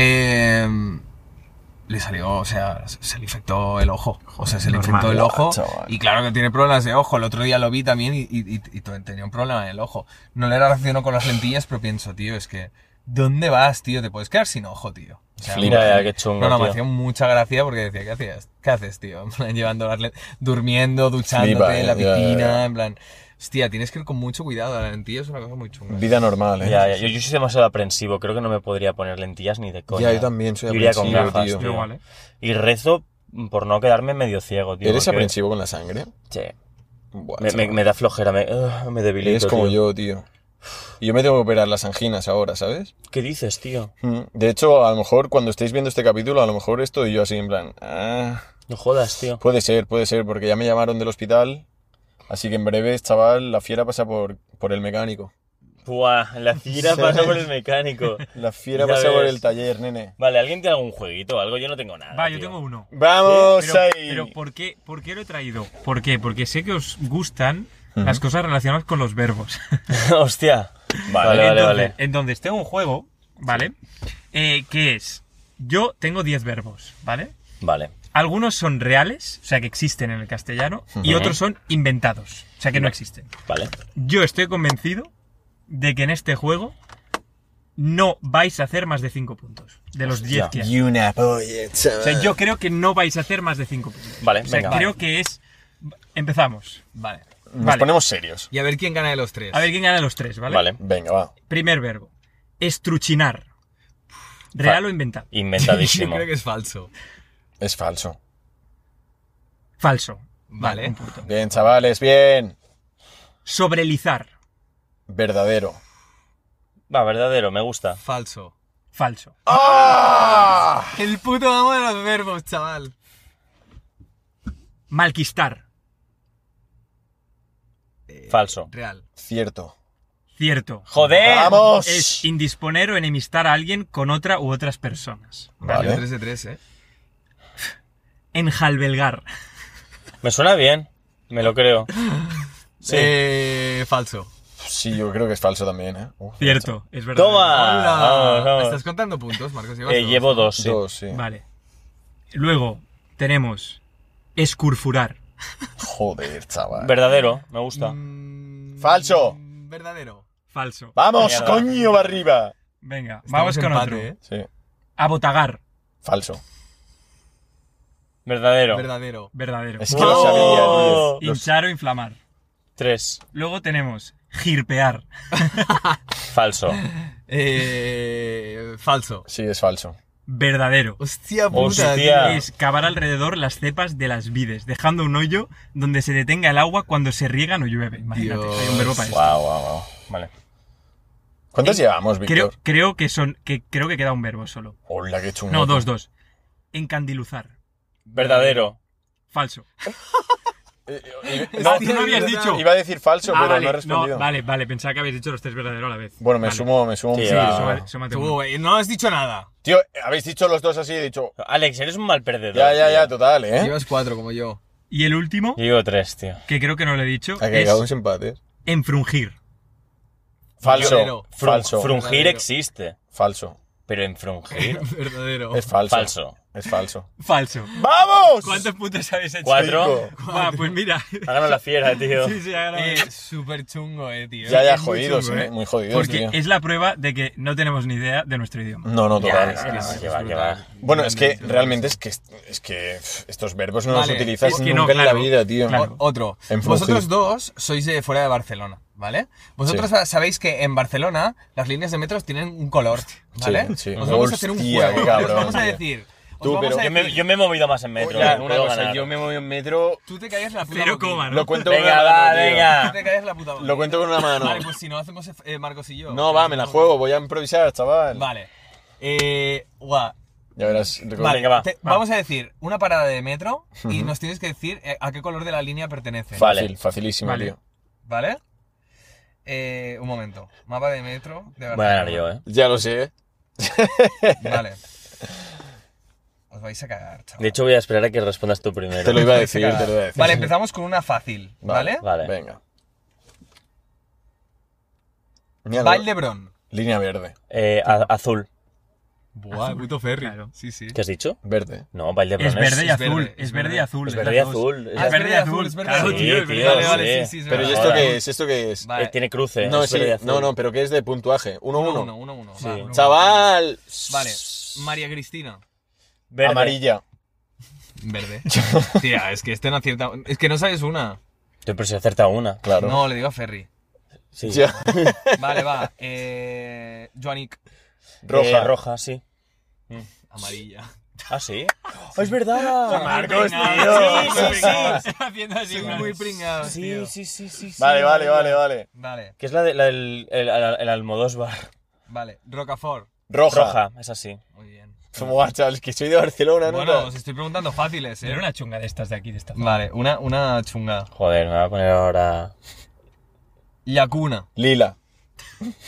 Em, le salió, o sea, se le infectó el ojo. O sea, se le Normal. infectó el Buah, ojo. chaval. Y claro que tiene problemas de ojo. El otro día lo vi también y, y- y- y t- tenía un problema en el ojo. No le relaciono con las lentillas, pero pienso, tío, es que. ¿Dónde vas, tío? Te puedes quedar sin ojo, tío. O sea, Flipa, me- ya, qué chungo, No, no, me tío. hacía mucha gracia porque decía, ¿qué hacías? ¿Qué haces, tío? En plan, llevando las lent- durmiendo, duchándote Flipa, en la eh, ya, ya, piscina, ya. en plan. Hostia, tienes que ir con mucho cuidado. La lentilla es una cosa muy chunga. Vida normal, ¿eh? Ya, ya, yo, yo soy demasiado aprensivo, creo que no me podría poner lentillas ni de coña. yo también soy Yo iría con aprensivo, gafas, tío. tío. Yo igual, ¿eh? Y rezo por no quedarme medio ciego, tío. ¿Eres porque- aprensivo con la sangre? Sí. Buah, Me, me- chaval. me da flojera, me, ugh, me debilito. Eres como tío. yo, tío. Y yo me tengo que operar las anginas ahora, ¿sabes? ¿Qué dices, tío? Mm. De hecho, a lo mejor cuando estéis viendo este capítulo, a lo mejor estoy yo así en plan... "Ah". No jodas, tío. Puede ser, puede ser, porque ya me llamaron del hospital. Así que en breve, chaval, la fiera pasa por, por el mecánico. Buah, la gira *laughs* Sí. pasa por el mecánico. La fiera Ya pasa por ves. el taller, nene. Vale, ¿alguien tiene algún jueguito o algo? Yo no tengo nada. Va, yo tío. *laughs* tengo uno. ¡Vamos Pero, ahí! pero ¿por, qué, ¿por qué lo he traído? ¿Por qué? Porque sé que os gustan las cosas relacionadas con los verbos. Hostia. Vale, vale, entonces, vale. entonces, tengo un juego, ¿vale? Eh, que es, yo tengo 10 verbos, ¿vale? Vale. Algunos son reales, o sea, que existen en el castellano, y Ujú. otros son inventados, o sea, que no existen. Vale. Yo estoy convencido de que en este juego no vais a hacer más de 5 puntos, de los 10 que hay. Y una polla, O chaval. sea, yo creo que no vais a hacer más de 5 puntos. Vale, O sea, venga. creo que es... Empezamos. Vale. Nos vale. ponemos serios. Y a ver quién gana de los tres. *laughs* A ver quién gana los tres, ¿vale? Vale. Venga, va. Primer verbo. Estruchinar. Real Fa- o inventado. *laughs* Yo Inventadísimo. creo que es falso. Es falso. Falso. Vale. Un punto. Bien, chavales, bien. Sobrelizar. Verdadero. Va, verdadero, me gusta. Falso. Falso. ¡Ah! El puto amo de los verbos, chaval. Malquistar. Falso. Eh, Real. Cierto. Cierto. ¡Joder! ¡Vamos! Es indisponer o enemistar a alguien con otra u otras personas. Vale. 3 de 3, ¿eh? Enjalbelgar. Me suena bien. Me lo creo. Sí. Eh, falso. Sí, yo creo que es falso también, ¿eh? Uf, Cierto. Es verdad. ¡Toma! Hola. Vamos, vamos. ¿Estás contando puntos, Marcos? Llevas Eh, dos. llevo dos, sí. Dos, sí. Vale. Luego tenemos escurfurar. Joder, chaval. Verdadero, me gusta. Mm, Falso. Verdadero. Falso. ¡Vamos, Mierda. coño, va arriba! Venga, Estamos vamos con empate, otro. ¿eh? Sí. Abotagar. Falso. Verdadero. ¿eh? Verdadero. Verdadero. Es que lo sabía, Oh. tío. Los- Hinchar o inflamar. Tres. Luego tenemos girpear. Falso. Eh, *laughs* falso. Sí, es falso. Verdadero. Hostia puta, Hostia. tío. Es cavar alrededor las cepas de las vides, dejando un hoyo donde se detenga el agua cuando se riegan o llueve. Imagínate, Dios. hay un verbo para eso. Wow, wow, wow. Vale. ¿Cuántas llevamos, Víctor? Creo, creo que son, que creo que queda un verbo solo. Hola, qué chungo. No, dos, dos. Encandiluzar. Verdadero. Falso. Eh, eh, eh, Ah, tú no habías dicho. Iba a decir falso, Ah, pero vale, no he respondido. vale, vale, pensaba que habéis dicho los tres verdaderos a la vez. Bueno, me Vale. sumo, me sumo un Sí, punto. va. Súmate- súmate Tú, uno. güey, no has dicho nada. Tío, habéis dicho los dos así, he dicho. Alex, eres un mal perdedor. Ya, ya, tío. ya, total, ¿eh? Llevas cuatro, como yo. *laughs* Y el último, Yo digo tres, tío. que creo que no lo he dicho, Aquí es acabamos empates. enfrungir. Falso. Verdadero. Frun- Falso. Frungir Verdadero. existe. Falso. pero en *laughs* frungir. Verdadero. Es falso. Falso. Es falso. Falso. ¡Vamos! ¿Cuántos puntos habéis hecho? Cuatro. Va, pues mira. Ha ganado la fiera, tío. Sí, sí, ha ganado. Eh, súper chungo, eh, tío. Ya, ya, Es muy jodidos, chungo, eh, Muy jodidos, Porque tío. es la prueba de que no tenemos ni idea de nuestro idioma. No, no, Ya, total. es que Ah, sí, es que va, que va. brutal. Bueno, es que Realmente, realmente es que, es que pff, estos verbos no Vale, los utilizáis es que no, nunca en claro, la vida, tío. claro. O- Otro. En Fungir. Vosotros dos sois de fuera de Barcelona, ¿vale? Vosotros sabéis que en Barcelona las líneas de metros tienen un color, ¿vale? sí. Os vamos a hacer un Hostia, juego. qué cabrón, os vamos a tío. decir. Os Tú, vamos pero- a Yo decir me, yo me he movido más en metro. Oye, eh, una puedo cosa, ganar. yo me voy en metro. Tú te callas la puta Cero boquilla. coma, ¿no? Lo cuento con Venga, una va, mano, tío. Tú venga. te callas la puta boquilla. Lo cuento con una mano. Vale, pues si no hacemos eh, Marcos y yo. No, va, me la juego, voy a improvisar, chaval. Vale. Eh, guau. Ya verás. Vale, Venga, va. te- Va. vamos a decir una parada de metro y nos tienes que decir eh, a qué color de la línea pertenece. Fácil, Vale. facilísimo, Vale. tío. ¿Vale? Eh, un momento. Mapa de metro. De Voy a ganar Barcelona. yo, eh. Ya lo sé. *laughs* Vale. Os vais a cagar, chaval. De hecho, voy a esperar a que respondas tú primero. *laughs* Te lo iba a Os decir, vais te cagar. lo iba a decir. Vale, empezamos con una fácil, ¿vale? Vale. Venga. Mira, Valdebrón. Línea verde. Eh, a- azul. Buah, puto ferry. Claro. Sí, sí. ¿Qué has dicho? Verde. No, baile de Es Brones. verde y es verde, azul. es Es verde y verde. azul. Es verde y las dos. azul. Ah, es Es- verde y azul. Claro, Sí, tío, es tío, verdad. Vale, vale, sí. sí, sí. es eh. Pero ¿y verdad. esto Ahora. qué es? ¿Esto qué es? Va, Eh, tiene cruce. No, es sí, verde y azul. no, no, pero ¿qué es de puntuaje? 1-1. Uno, uno, uno, uno. Sí. Va, uno, uno. Chaval. Vale, María Cristina. Verde. Amarilla. *laughs* Verde. Tía, es que este no acierta. Es que no sabes una. Yo, pero si acerta una. Claro. No, le digo a Ferry. Sí. *laughs* Eh, Ya. Vale, va. Eh, Joanic. Roja. Eh, roja, sí. Amarilla. Ah, sí. Ah, es verdad. Marcos, Sí, tío. sí, sí. *laughs* Haciendo así. Soy una- muy pringado, Sí, tío. sí, sí, sí. sí. Vale, vale, vale, vale. Vale, Que es la, de, la del el, el- el Almodósvar. vale. Rocafort. Roja. Roja, es así. Muy bien. Como va, chaval, es que soy de Barcelona, ¿no? Bueno, os estoy preguntando fáciles, Era ¿eh? una chunga de estas de aquí, de esta zona. Vale, una, una chunga. Joder, me va a poner ahora. Yacuna. Lila.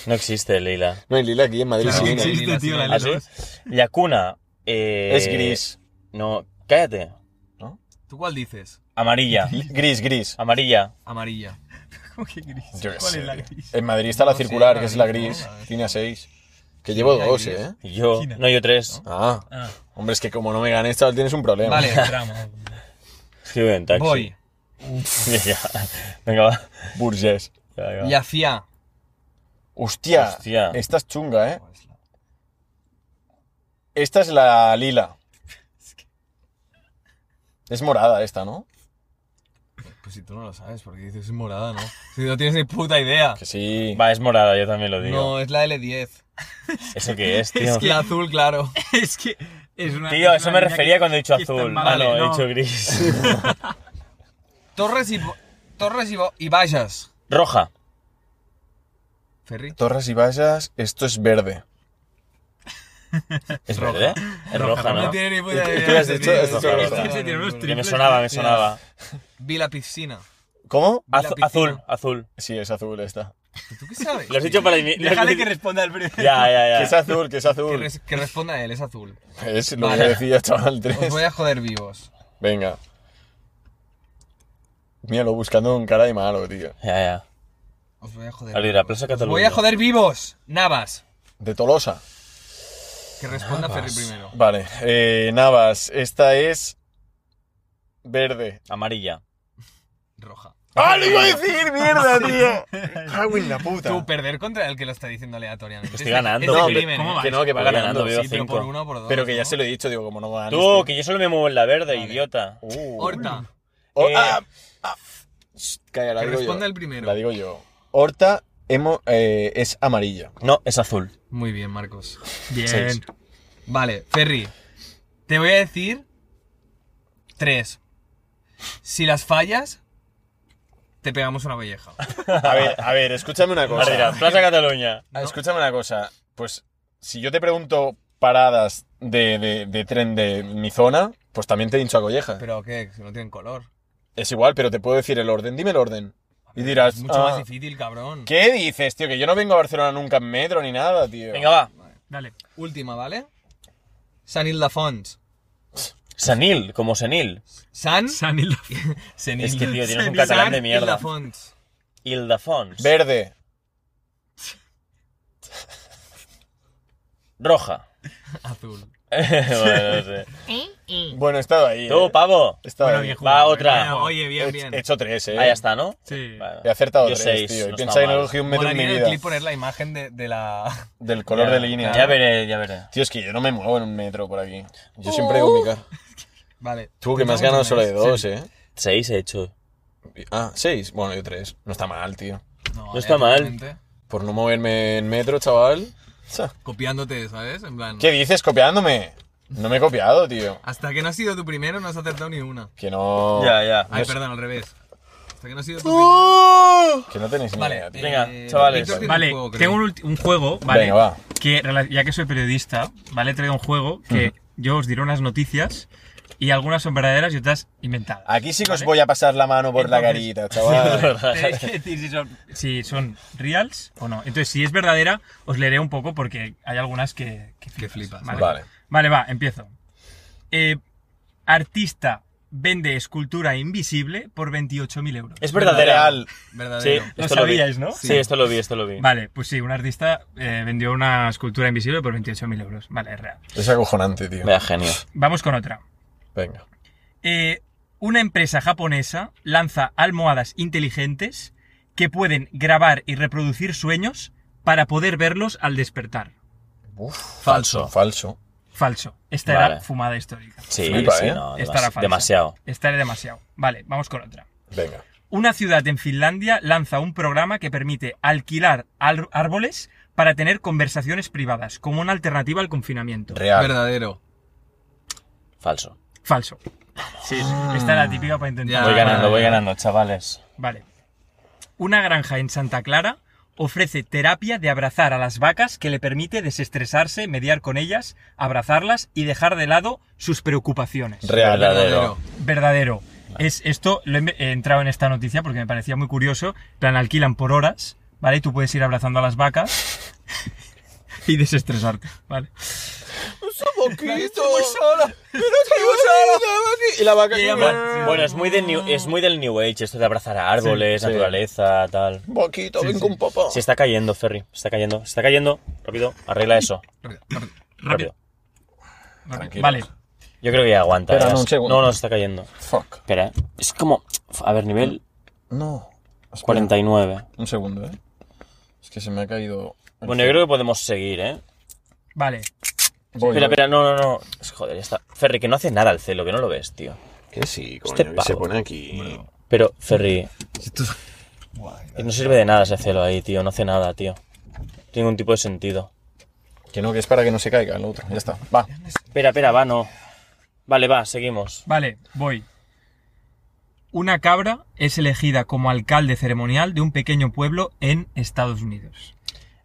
No existe lila. No hay lila aquí en Madrid. Claro, sí, sí, no hay. sí. Existe, tío, la ¿Ah, sí? luz. La cuna. eh, Es gris. No, cállate. ¿Tú cuál dices? *laughs* Amarilla. Gris, gris. Ah, Amarilla. Amarilla. *laughs* ¿Cómo que gris? Yo qué ¿Cuál sé, es la tío. Eh, gris? En Madrid está la No sé, circular, la que es la gris, gris, ¿no? A ver. línea 6. Que llevo hay dos, gris. ¿eh? Y Yo. China. No, yo tres. Ah. Ah, Hombre, es que como no me ganes, chaval, tienes un problema. eh, Vale, trama. Escribe en taxi. voy. *laughs* Ya, ya. Venga, va. Burgess. Venga, va. Yafia. Hostia, Hostia. Esta es chunga, ¿eh? Esta es la lila. Es morada esta, ¿no? Pues si tú no lo sabes, porque dices es morada, ¿no? Si no tienes ni puta idea. Que sí. Va, es morada, yo también lo digo. No, es la L10. ¿Eso qué es, tío? La azul, claro. *laughs* Es que es una. Tío, a es eso una me línea refería que- cuando he dicho que está azul. mal. Ah, no, Vale, he dicho gris. Torres y, Bo- Torres y, Bo- y Vallas. Roja. Ferry. Torres y vallas, esto es verde. ¿Es Roja. verde? Es roja, No ¿no? tiene ni puta Tú- idea. tú has este dicho- tío. has dicho Este rosa. tío Tiene unos Que tri- me sonaba, me sonaba. Vi la piscina. ¿Cómo? Vi la Azu- piscina. azul, azul. Sí, es azul esta. ¿Tú qué sabes? Lo has dicho para mí. *laughs* Déjale que responda el Ya, primero. *laughs* Que ya, es ya. azul, que es Que, azul. res- que responda él, es azul. Es lo Vale. que decía, chaval, Os 3. voy a joder vivos. Venga. Míralo buscando un cara de malo, tío. Ya, ya. Os voy a joder. Al ir a vivos. Plaza Os Cataluña. voy a joder vivos. Navas. De Tolosa. Que responda Navas. Ferry primero. Vale. eh, Navas, esta es. Verde. Amarilla. Roja. ¡Ah, lo iba a decir! ¡Mierda, tío! ¡Cago en la puta! Tú perder contra el que lo está diciendo aleatoriamente. Estoy ganando, Es No, un pero- crimen, ¿cómo ¿eh? va? que no, que va Voy ganando. ganando, veo Sí, pero cinco. por uno o por dos. Pero que ya ¿no? se lo he dicho, digo, como no me ganes. Tú, que yo solo me muevo en la verde, idiota. este. Uh. Horta. Oh, Eh. ah, ah. Shh, Calla, la Que digo responda yo. el primero. La digo yo. Horta hemo- eh, es amarilla. No, es azul. Muy bien, Marcos. Bien. Seis. Vale, Ferry. Te voy a decir. Tres. Si las fallas, te pegamos una pelleja. Ah, A ver, a ver, escúchame una Al ir a cosa. Plaza Cataluña. Ah, Escúchame una cosa. Pues si yo te pregunto paradas de, de- de tren de mi zona, pues también te he dicho a Colleja. Pero qué, si no tienen color. Es igual, pero te puedo decir el orden. Dime el orden. Y dirás, Es mucho ah, más difícil, cabrón. ¿qué dices, tío? Que yo no vengo a Barcelona nunca en metro ni nada, tío. Venga, va. Dale. Última, ¿vale? San Ildafons. Senil, como senil. San. San Ildefonso. *laughs* Senil. Es que, tío, tienes un San catalán de mierda. Ildafons. Ildafons. Verde. Roja. *laughs* Azul. bueno, no sé. Bueno, he estado ahí. Mm. Tú, eh. pavo. He estado Bueno, ahí. bien jugado. Va Bueno, otra. bueno, oye, bien, He- bien. He hecho tres, eh. Ahí está, ¿no? Sí. Vale. He acertado Yo tres, seis, tío. Y no piensa está que no mal. cogí un metro en Molaría mi en el vida. clip poner la imagen de, de la... *laughs* Del color Ya. de línea. Ya veré, ya veré. Tío, es que yo no me muevo en un metro por aquí. Yo siempre digo Uh. mi cara. Vale. Tú, que me has ganado solo de dos, eh. Seis he hecho. Ah, seis. Bueno, yo tres. No está mal, tío. No está mal. evidentemente. Por no moverme en metro, chaval. Cha. Copiándote, ¿sabes? En plan... ¿Qué dices? Copiándome. No me he copiado, tío. Hasta que no has sido tu primero no has acertado ni una. Que no. Ya, ya. Ay, No sé. perdón, al revés. Hasta que no has sido tu ¡Uh! primero. Que no tenéis ni Vale, idea, tío. eh, Venga, chavales. Víctor tiene Vale, un juego, creo. tengo un, ulti- un juego, ¿vale? Venga, va. Que, rela- ya que soy periodista, ¿vale? Traigo un juego que yo os diré unas noticias y algunas son verdaderas y otras inventadas. Aquí sí que os voy a pasar la mano por la Entonces- *laughs* *laughs* carita, chaval. Tenéis que decir si son, si son reals o no. Entonces, si es verdadera, os leeré un poco porque hay algunas que, que flipas. flipas, Vale. Vale, va, empiezo. Eh, artista vende escultura invisible por 28.000 euros. Es verdadera. Real. Sí, Verdadero. Lo esto lo vi. sabíais, ¿no? Sí, esto lo vi, esto lo vi. Vale, pues sí, un artista eh, vendió una escultura invisible por 28.000 euros. Vale, es real. Es acojonante, tío. Vaya genio. Vamos con otra. Venga. Eh, una empresa japonesa lanza almohadas inteligentes que pueden grabar y reproducir sueños para poder verlos al despertar. Uf, Falso. Falso. Falso. Esta Vale. era fumada histórica. Sí, Flipa, sí, ¿eh? no, Esta demas- era falsa. demasiado. Esta era demasiado. Vale, vamos con otra. Venga. Una ciudad en Finlandia lanza un programa que permite alquilar al- árboles para tener conversaciones privadas, como una alternativa al confinamiento. Real. Verdadero. Falso. Falso. Sí, sí. esta era la típica para intentar. Ah, Voy ganando, vale, voy vale. ganando, chavales. Vale. Una granja en Santa Clara ofrece terapia de abrazar a las vacas que le permite desestresarse, mediar con ellas, abrazarlas y dejar de lado sus preocupaciones. Real. Verdadero. Verdadero. Es esto lo he, inve- he entrado en esta noticia porque me parecía muy curioso. Plan alquilan por horas, ¿vale? Y tú puedes ir abrazando a las vacas y desestresarte, ¿vale? Y la vaca. Bueno, bueno, es muy, del new, es muy del New Age esto de abrazar a árboles, Sí, sí. naturaleza, tal. Boquito, ven con papá. Se está cayendo, Ferry. Se está cayendo, se está cayendo. Rápido, arregla eso. Rápido, rápido. Rápido. Tranquilos. Vale. Yo creo que ya aguanta. Espera, ya. no, un segundo. no, no, se está cayendo. Fuck. Espera, ¿eh? es como. A ver, nivel No. Espera. 49. Un segundo, eh. Es que se me ha caído. el Bueno, yo fe- creo que podemos seguir, ¿eh? Vale. Voy, Espera, voy. espera, no, no, no. Es- Joder, ya está. Ferry, que no hace nada el celo, que no lo ves, tío. Que sí, coño, Este que pavo. se pone aquí. Pero, Ferry, que no sirve de nada ese celo ahí, tío. No hace nada, tío. Tiene ningún tipo de sentido. Que no, que es para que no se caiga el otro. Ya está. Va. Espera, espera, va, no. Vale, va, seguimos. Vale, voy. Una cabra es elegida como alcalde ceremonial de un pequeño pueblo en Estados Unidos.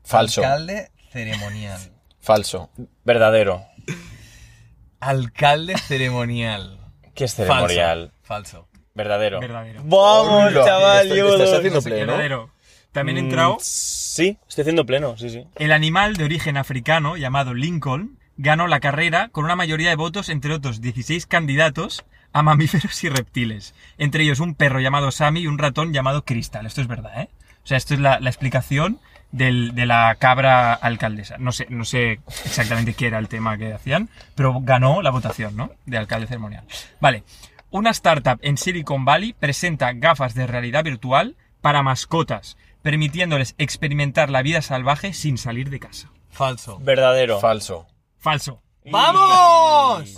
Falso. Alcalde ceremonial. Falso. Verdadero. *laughs* *laughs* Alcalde ceremonial. ¿Qué es ceremonial? Falso. Verdadero. Verdadero. Vamos, Hola. chaval, Estás- llevo estás dos. Este- haciendo pleno. Verdadero. También he Mm, entrado. Sí, estoy haciendo pleno, sí, sí. El animal de origen africano llamado Lincoln ganó la carrera con una mayoría de votos entre otros 16 candidatos a mamíferos y reptiles. Entre ellos un perro llamado Sammy y un ratón llamado Crystal. Esto es verdad, ¿eh? O sea, esto es la, la explicación del- de la cabra alcaldesa. No sé, no sé exactamente qué era el tema que hacían, pero ganó la votación, ¿no? De alcalde ceremonial. Vale. Una startup en Silicon Valley presenta gafas de realidad virtual para mascotas, permitiéndoles experimentar la vida salvaje sin salir de casa. Falso. Verdadero. Falso. Falso. ¡Vamos!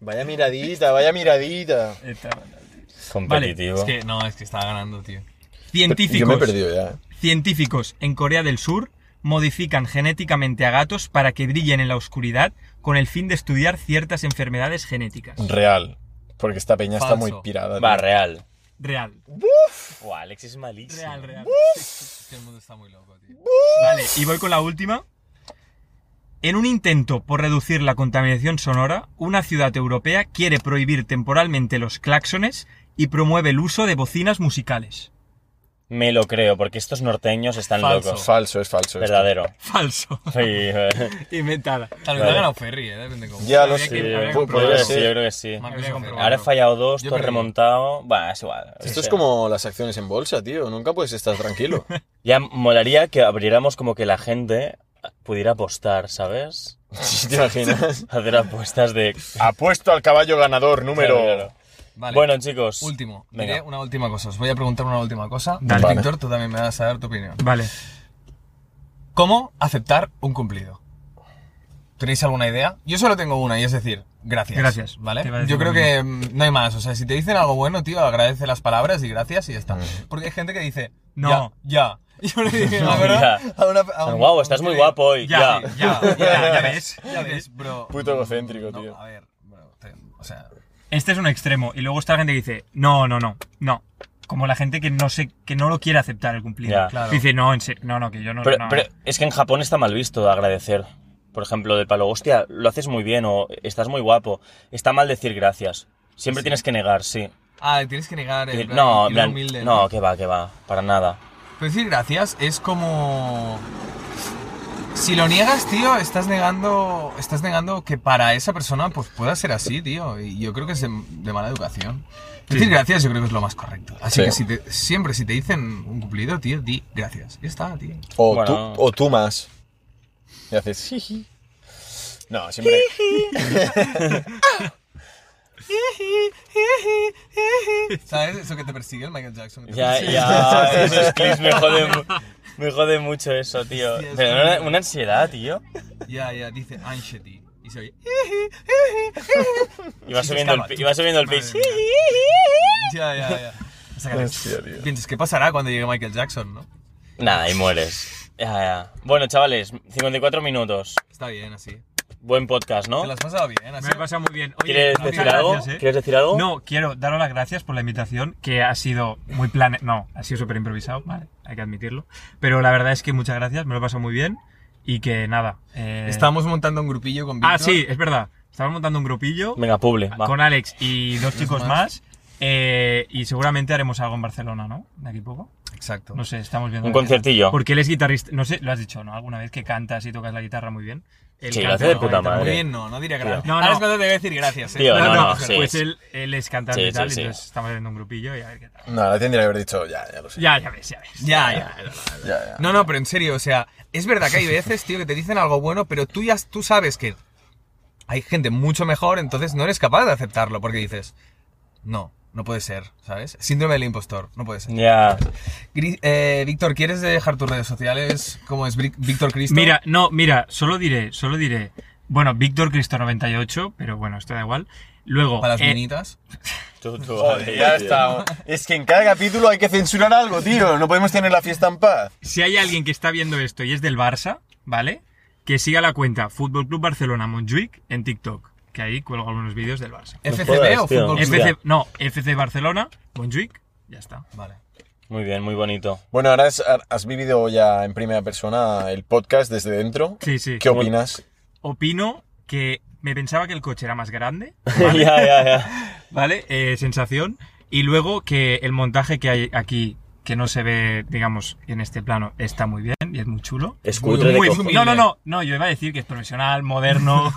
Vaya miradita, vaya miradita. Competitivo. Es que no, es que estaba ganando, tío. Yo me he Científicos, perdido ya. eh. científicos en Corea del Sur modifican genéticamente a gatos para que brillen en la oscuridad con el fin de estudiar ciertas enfermedades genéticas. Real. Porque esta peña está Falso. muy pirada. tío. Va, real. Real. Buah, Alex es malísimo. Real, real. Es que el mundo está muy loco, tío. Vale, y voy con la última. En un intento por reducir la contaminación sonora, una ciudad europea quiere prohibir temporalmente los claxones y promueve el uso de bocinas musicales. Me lo creo, porque estos norteños están Falso. locos. Falso, es falso. esto. Verdadero. Falso. *laughs* *laughs* Sí, eh. Inventada. Tal vez Vale. ha ganado Ferry, eh. Depende cómo. Ya lo Habría sé. que- habría que Pu- comprobar. Yo creo que podría sí, ser. yo creo que sí. Más Habría que que comprobar. Ahora he fallado dos, Yo todo perdí. remontado. Bueno, es igual. o Esto es sea. como las *laughs* acciones en bolsa, tío. Nunca puedes estar tranquilo. Ya molaría que abriéramos como que la gente pudiera apostar, ¿sabes? *laughs* ¿Te imaginas? Hacer apuestas de... Apuesto al caballo ganador número. Claro, claro. Vale. Bueno, chicos. último. Venga. Diré una última cosa. Os voy a preguntar una última cosa. Dale. Vale. Víctor, tú también me vas a dar tu opinión. Vale. ¿Cómo aceptar un cumplido? ¿Tenéis alguna idea? Yo solo tengo una y es decir, gracias. Gracias. ¿Vale? Te iba a decir Yo creo lo mismo. que mm, no hay más. O sea, si te dicen algo bueno, tío, agradece las palabras y gracias y ya está. Mm. Porque hay gente que dice, No. Ya. ya. *laughs* Yo le dije, la No, verdad, *laughs* ya. a una- a un- Guau, a un estás muy tío- guapo hoy. *laughs* Ya. Ya, ya, ya, *laughs* ya ves. Ya ves, bro. Puto egocéntrico, No, tío. A ver, bro, te- o sea, Este es un extremo. Y luego está la gente que dice, no, no, no, no. Como la gente que no sé, que no lo quiere aceptar el cumplido. Ya. Claro. Dice, no, en serio, no, no, que yo no. Pero, no". pero es que en Japón está mal visto agradecer. Por ejemplo, del palo, hostia, lo haces muy bien o estás muy guapo. Está mal decir gracias. Siempre tienes que negar, sí. ah, tienes que negar el Eh, plan, no, y en no plan, humilde, no, que va, que va, para nada. Pero decir Pues gracias es como. Si lo niegas, tío, estás negando. Estás negando que para esa persona pues pueda ser así, tío. Y yo creo que es de, de mala educación. Decir gracias yo creo que es lo más correcto. Así Sí. que si te- siempre si te dicen un cumplido, tío, di gracias. Ya está, tío. O, Bueno. tú, o tú más. Y haces jiji. No, siempre. ¿Sabes? Eso que te persigue el Michael Jackson. que te Ya, persigue. ya, esos clips me joden, mu- me jode mucho eso, tío. Hostia, es Pero una, que- una ansiedad, tío. Ya, ya, dice Anxiety. Y se oye. Y va se subiendo el, escapa, pi- tú. y va subiendo el Madre pitch. mía. Ya, ya, ya. O sea, que Hostia, tío. Piensas, ¿qué pasará cuando llegue Michael Jackson, no? Nada, y mueres. Ya, ya. Bueno, chavales, 54 minutos. Está bien, así. Buen podcast, ¿no? Te las has pasado bien, así. Me lo he pasado muy bien. Oye, ¿Quieres muchas decir algo? gracias, ¿eh? ¿Quieres decir algo? No, quiero daros las gracias por la invitación, que ha sido muy plane... No, ha sido súper improvisado, vale, hay que admitirlo. Pero la verdad es que muchas gracias, me lo he pasado muy bien y que nada. eh, Estábamos montando un grupillo con Víctor. Ah, sí, es verdad. Estábamos montando un grupillo Venga, Publi, va. con Alex y dos chicos más. más. eh, y seguramente haremos algo en Barcelona, ¿no? De aquí a poco. Exacto. No sé, estamos viendo. Un la idea. conciertillo. Porque él es guitarrista. No sé, lo has dicho, ¿no? Alguna vez que cantas y tocas la guitarra muy bien. Él Sí, lo canta hace de con puta la guitarra. madre. Muy bien, no, no diría gracias. No, Ahora no. es cuando te voy a decir gracias, eh. Tío, No, no, sí. pues él, él es cantante Sí, y tal, sí, sí. entonces estamos viendo un grupillo y a ver qué tal. No, la tendría que haber dicho ya, ya lo sé. Ya, ya ves, ya ves. Ya, ya. Ya, ya. No, no, pero en serio, o sea, es verdad que hay veces, tío, que te dicen algo bueno, pero tú ya tú sabes que hay gente mucho mejor, entonces no eres capaz de aceptarlo porque dices, no, no puede ser, ¿sabes? Síndrome del impostor, no puede ser. Ya. Gri- eh, Víctor, ¿quieres dejar tus redes sociales? ¿Cómo es Bri- Víctor Cristo? Mira, no, mira, solo diré, solo diré. Bueno, Víctor Cristo 98, pero bueno, esto da igual. Luego, para las eh, minitas. Tú, tú, Joder, vale, ya tío. está. Es que en cada capítulo hay que censurar algo, tío. No podemos tener la fiesta en paz. si hay alguien que está viendo esto y es del Barça, ¿vale? Que siga la cuenta Fútbol Club Barcelona Montjuic en TikTok, que ahí cuelgo algunos vídeos del Barça. ¿FCB jodas, o tío. Fútbol Club? Hostia. FC, no, FC Barcelona Montjuic, ya está. Vale. Muy bien, muy bonito. Bueno, ahora has, has vivido ya en primera persona el podcast desde dentro. Sí, sí. ¿Qué opinas? Opino que me pensaba que el coche era más grande, *laughs* ya, ya, ya. ¿Vale? *laughs* Eh, sensación. Y luego que el montaje que hay aquí, que no se ve, digamos, en este plano, está muy bien y es muy chulo. Es Muy- cutre de muy- cojo. muy- No, no, no, no, yo iba a decir que es profesional, moderno,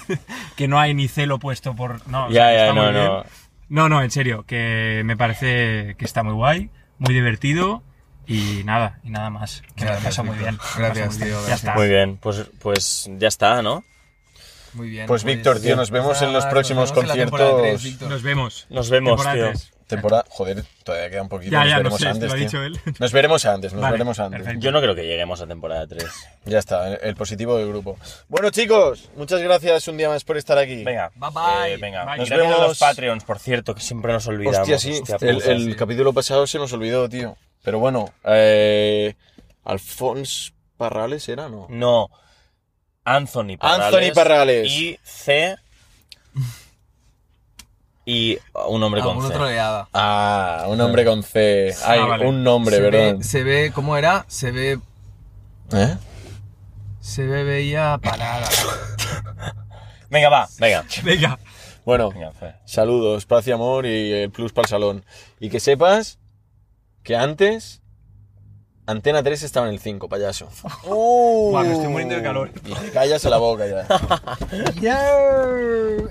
*laughs* que no hay ni celo puesto por... No, o sea, Ya, que ya, está no, muy bien. no. No, no, en serio, que me parece que está muy guay, muy divertido y nada, y nada más. Que me lo Gracias, pasa muy Víctor. bien. me lo paso Gracias, muy bien. tío, Ya gracias. está. Muy bien, pues, pues ya está, ¿no? Muy bien. Pues, Víctor, tío, nos vemos en los próximos vemos en la temporada conciertos. tres, Víctor. Nos vemos. Nos vemos, Temporada tío. tres. Temporada. Joder, todavía queda un poquito. Ya, nos ya, no veremos sé, antes, lo ha tío. dicho él. *laughs* Nos veremos antes, nos Vale, veremos antes. perfecto. Yo no creo que lleguemos a temporada 3. Ya está, el- el positivo del grupo. Bueno, chicos, muchas gracias un día más por estar aquí. Venga, Bye, bye. eh, venga. Bye. Y Nos gracias a vemos. los Patreons, por cierto, que siempre nos olvidamos. Hostia, sí, Hostia, el, puta. el capítulo pasado se nos olvidó, tío. Pero bueno, eh, Alfons Parrales era, Mm. ¿no? No. Anthony Parrales. Anthony Parrales. Y C. Y un hombre con Algún C. otro leada. Ah, un hombre con C. Ay, Ah, vale. un nombre, se perdón. Ve, se ve, ¿cómo era? Se ve, ¿Eh? se ve bella parada. Venga, va, venga. Venga. Bueno, Venga, C. saludos, paz y amor y el plus para el salón. Y que sepas que antes Antena 3 estaba en el 5, payaso. Buah, me estoy muriendo de calor. Y te callas a la boca *laughs* ya.